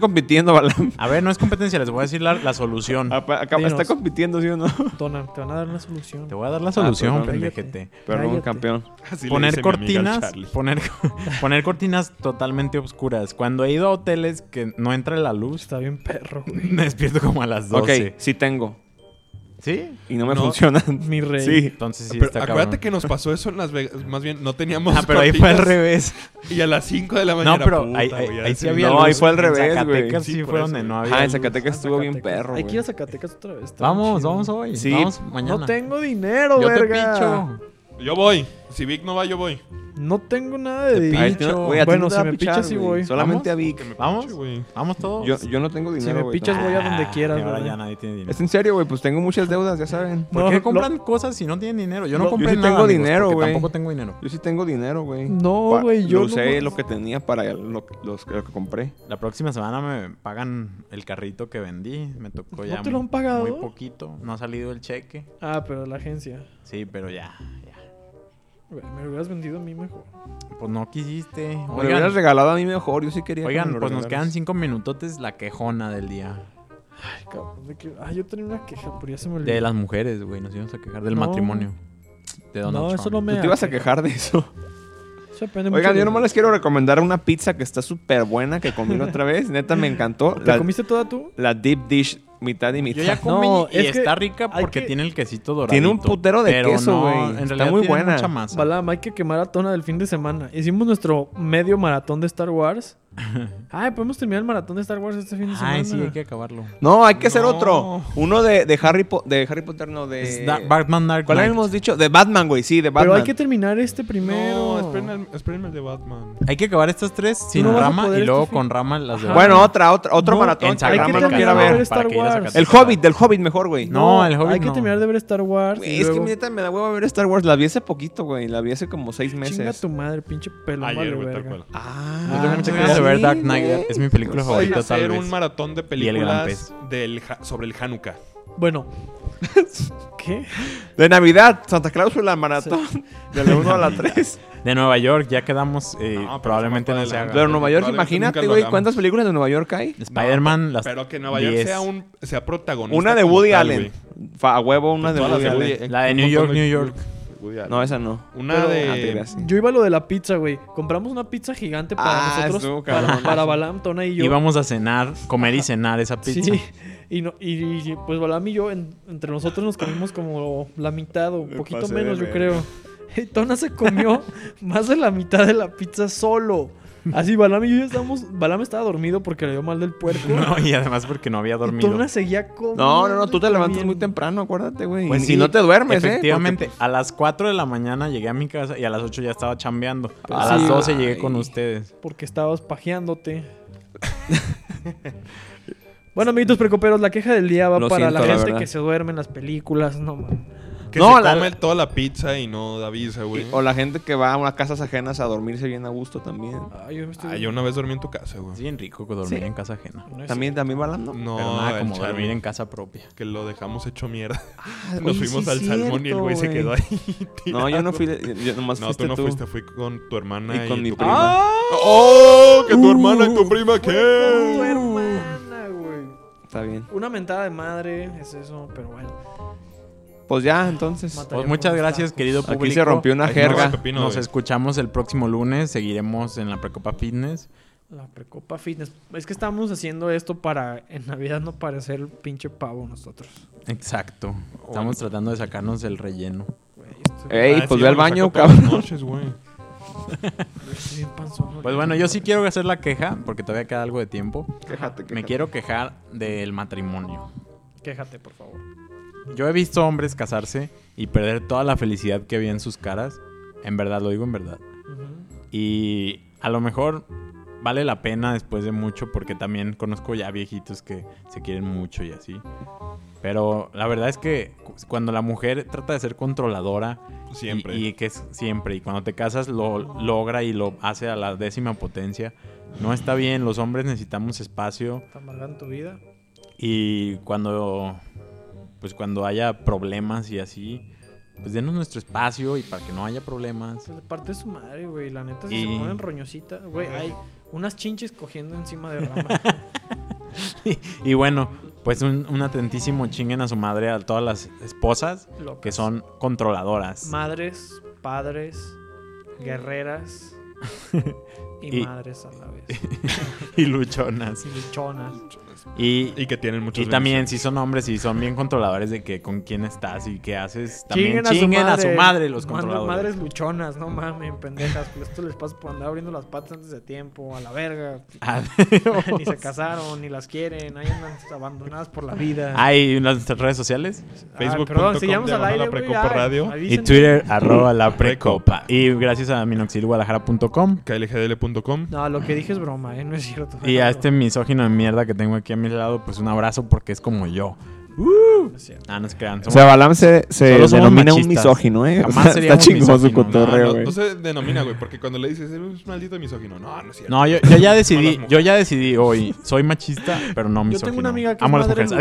compitiendo, Balam. A ver, no es competencia, les voy a decir la, la solución. Apa- acá- Está Dinos. compitiendo, ¿sí o no? Tona, te van a dar una solución. Te voy a dar la solución, perdón. pendejete. Perdón, Cállate. campeón. Así le Poner dice mi amiga al cortinas, Charlie. poner, poner cortinas totalmente oscuras. Cuando he ido a hoteles que no entra la luz, Está bien perro, güey. me despierto como a las 12. Ok, sí tengo. ¿Sí? Y no me No. funciona. Mi rey. Sí. Entonces sí Pero está acuérdate cabrón. que nos pasó eso en Las Vegas. Más bien, no teníamos. Ah, pero ahí fue al cortinas. revés. Y a las 5 de la mañana. No, pero puta, ahí, güey, ahí- ya ahí sí se- había No, luz. ahí fue al En revés, güey. Zacatecas Sí, sí por fue eso, donde no güey. había Ajá, Ah, en luz. Zacatecas estuvo bien Zacatecas. perro, Hay que güey. ir a Zacatecas otra vez. está Vamos, chido. vamos hoy. Sí. Vamos mañana. No tengo dinero, Yo verga. te picho. Yo voy. Si Vic no va, yo voy. No tengo nada Te de Ahí dinero. pincho. te- güey, a ti Bueno, no te si va a me pichar, pichas, sí güey. voy. Solamente a Vic. Vamos. güey. Vamos todos. Yo, yo no tengo Si dinero, me güey, pichas, voy a donde quieras, Y ahora güey. ya nadie tiene dinero. Es en serio, güey, pues tengo muchas deudas, ya saben. ¿Por No, qué lo- compran cosas si no tienen dinero? Yo no Yo compré sí nada, tengo amigos, dinero, porque güey. Tampoco tengo dinero. Yo sí tengo dinero, güey. No, Pa- güey, yo Lo no usé más. lo que tenía para lo, los, lo que compré. La próxima semana me pagan el carrito que vendí. Me tocó ¿No ya te lo han pagado? muy poquito. No ha salido el cheque. Ah, pero la agencia. Sí, pero ya. ya. Güey, Me lo hubieras vendido a mí mejor. Pues no quisiste. Me lo Oigan, hubieras regalado a mí mejor, yo sí quería. que oigan me lo pues nos quedan regalaras. cinco minutotes la quejona del día. Ay, cabrón. de que- Ah, yo tenía una queja, pero ya se me olvidó. De las mujeres, güey. Nos íbamos a quejar del No. matrimonio. De Donald No, Trump. eso no me. Tú te ibas a hace. quejar de eso. Eso depende mucho Oigan, de- yo nomás les quiero recomendar una pizza que está súper buena que comí la otra vez. Neta, me encantó. ¿Te La, comiste toda tú? la deep dish, mitad y Yo mitad. ya comí No, y es que está rica hay porque que- tiene el quesito dorado. Tiene un putero de queso, güey. en Está realidad muy tiene buena. mucha masa. Balam, hay que quemar a Tona del fin de semana. Hicimos nuestro medio maratón de Star Wars. Ay, podemos terminar el maratón de Star Wars este fin de semana. Ay, sí, hay que acabarlo. No, hay que hacer No. otro. Uno de, de Harry Po- de Harry Potter, no, Eh, Es de. Da- Batman Dark ¿Cuál Knight. habíamos dicho? De Batman, güey, sí, de Batman. Pero hay que terminar este primero. No, espérenme, el- espérenme el de Batman. Hay que acabar estas tres sin no vas a rama poder y luego este con rama las de Bueno, otra, otra, otro No, maratón. en que Rama Sacramento lo quiera terminar de ver. ver Star para que ir a Wars. Zacatecas. El Hobbit, del Hobbit mejor, güey. No, el Hobbit Hay que no. terminar de ver Star Wars. Güey, y es que luego- neta me da huevo ver Star Wars. La vi hace poquito, güey. La vi hace como seis Chinga meses. tu madre, pinche pelón. Ayer, vale güey, tal verga. cual. Ah, Yo tengo muchas ganas de sí, ver Dark Knight. güey. Es mi película Pues, favorita, hacer tal un vez. maratón de Y el gran películas del Ja- sobre el Hanukkah. Bueno. ¿Qué? De Navidad, Santa Clausula, maratón. De la 1 a la 3. De Nueva York, ya quedamos. eh, No, pero probablemente eso no más se haga. adelante. Pero Nueva York, Probablemente imagínate, nunca lo güey. hagamos. ¿Cuántas películas de Nueva York hay? Spider-Man, las. Pero que Nueva York 10. sea, un, sea protagonista. Una de como Woody tal, Allen. güey. Fa- a huevo, una de Todas las Woody de Woody- Allen. eh, La de un New montón York, New York. Woody Allen. No, esa no. Una Pero- Ah, te de. creas. Yo iba a lo de la pizza, güey. Compramos una pizza gigante para Ah, estuvo nosotros. cabrón Para, eso. para Balam, Tona y yo. Íbamos a cenar, comer y cenar esa pizza. Sí. Y, no, y, y, pues Balam y yo, en- entre nosotros nos comimos como la mitad o un Me poquito pasé de menos, yo verga. creo. Y Tona se comió más de la mitad de la pizza solo. Así, Balam y yo ya estábamos. Balam estaba dormido porque le dio mal del puerco. No, y además porque no había y dormido. Tona seguía comiendo. No, no, no, tú te y levantas muy comiendo. temprano, acuérdate, güey. Pues y, sí, y no te duermes, ¿eh? Efectivamente, a las 4 de la mañana llegué a mi casa y a las 8 ya estaba chambeando. Ah, A las sí. 12 llegué con Ay. ustedes. Porque estabas pajeándote. bueno, amiguitos precoperos, la queja del día va Lo para siento, la la gente verdad. que se duerme en las películas. No, man. Que No, se la- come toda la pizza y no da visa, güey. Porque- O la gente que va a unas casas ajenas a dormirse bien a gusto también. Ay, yo me estoy. Ah, yo una vez dormí en tu casa, güey. Es bien rico dormir Sí. en casa ajena. No es- También, también balando. No, Pero nada el como Charlie, dormir en casa propia. Que lo dejamos hecho mierda. Ah, Nos oye, fuimos sí al es salmón y el güey se cierto, quedó ahí. No, yo no tirado. fui. yo- Yo nomás No, fuiste tú tú. no fuiste, fui con tu hermana Y con mi tu prima. ¡Oh! Que Uh, tu hermana y tu prima, Tu ¿qué? hermana, güey. Está bien. Una mentada de madre, es eso, pero bueno. Pues ya, entonces. Mata- Pues muchas Con gracias, tacos. querido público. Aquí se rompió una Ay, no, jerga. se Pepino, Nos güey. escuchamos el próximo lunes. Seguiremos en la Precopa Fitness. La precopa fitness. Es que estamos haciendo esto para en Navidad no parecer el pinche pavo nosotros. Exacto. Estamos tratando de sacarnos el relleno. Güey, estoy- Ey, Ah, pues sí, ve al me lo baño, saco todas las cabrón. noches, güey. estoy bien panzón ahorita. Pues bueno, yo sí quiero hacer la queja porque todavía queda algo de tiempo. Quéjate, Me quéjate. quiero quejar del matrimonio. Quéjate, por favor. Yo he visto hombres casarse y perder toda la felicidad que había en sus caras. En verdad, lo digo en verdad. Ujú. Y a lo mejor vale la pena después de mucho porque también conozco ya viejitos que se quieren mucho y así. Pero la verdad es que cu- cuando la mujer trata de ser controladora Siempre. y, y que es siempre y cuando te casas lo logra y lo hace a la décima potencia, no está bien. Los hombres necesitamos espacio Está amargando tu vida. y cuando pues cuando haya problemas y así pues denos nuestro espacio y para que no haya problemas. Se le parte su madre, güey. La neta, si Y- se ponen roñositas, güey, hay unas chinches cogiendo encima de rama. Y bueno, pues un, un atentísimo chinguen a su madre a todas las esposas locas. que son controladoras. Madres, padres, guerreras y, Y- madres a la vez. y luchonas. Y luchonas. Y, Y que tienen muchos y también si son hombres y son bien controladores de que con quién estás y qué haces, también Chinguen chinguen, a, su madre los Mando controladores. Madres luchonas, no mamen, pendejas. Pues esto les pasa por andar abriendo las patas antes de tiempo, a la verga. Ah, ni se casaron, ni las quieren, ahí andan abandonadas por la vida. Hay las redes sociales Ah, Facebook perdón, punto si com, llegamos al diagonal aire, a güey, Precopa ay, Radio. y avísenme. Twitter arroba la precopa. Y gracias a minoxidguadalajara.com KLGDL.com. No, lo que dije es broma, ¿eh? no es cierto. y a este misógino de mierda que tengo aquí a mi lado, pues un abrazo porque es como yo. No es cierto. Ah, no se crean. O somos- sea, Balance se Solo somos denomina un machistas. misógino, ¿eh? O Jamás sea, está seríamos chingón su misóginos, cotorreo, Ah, No, güey. no se denomina, güey, porque cuando le dices, eres un maldito misógino. No, no es cierto. No, yo, yo ya decidí, Malas yo ya decidí hoy, soy machista, pero no misógino. Yo tengo una amiga que Amo a es las madre mujeres.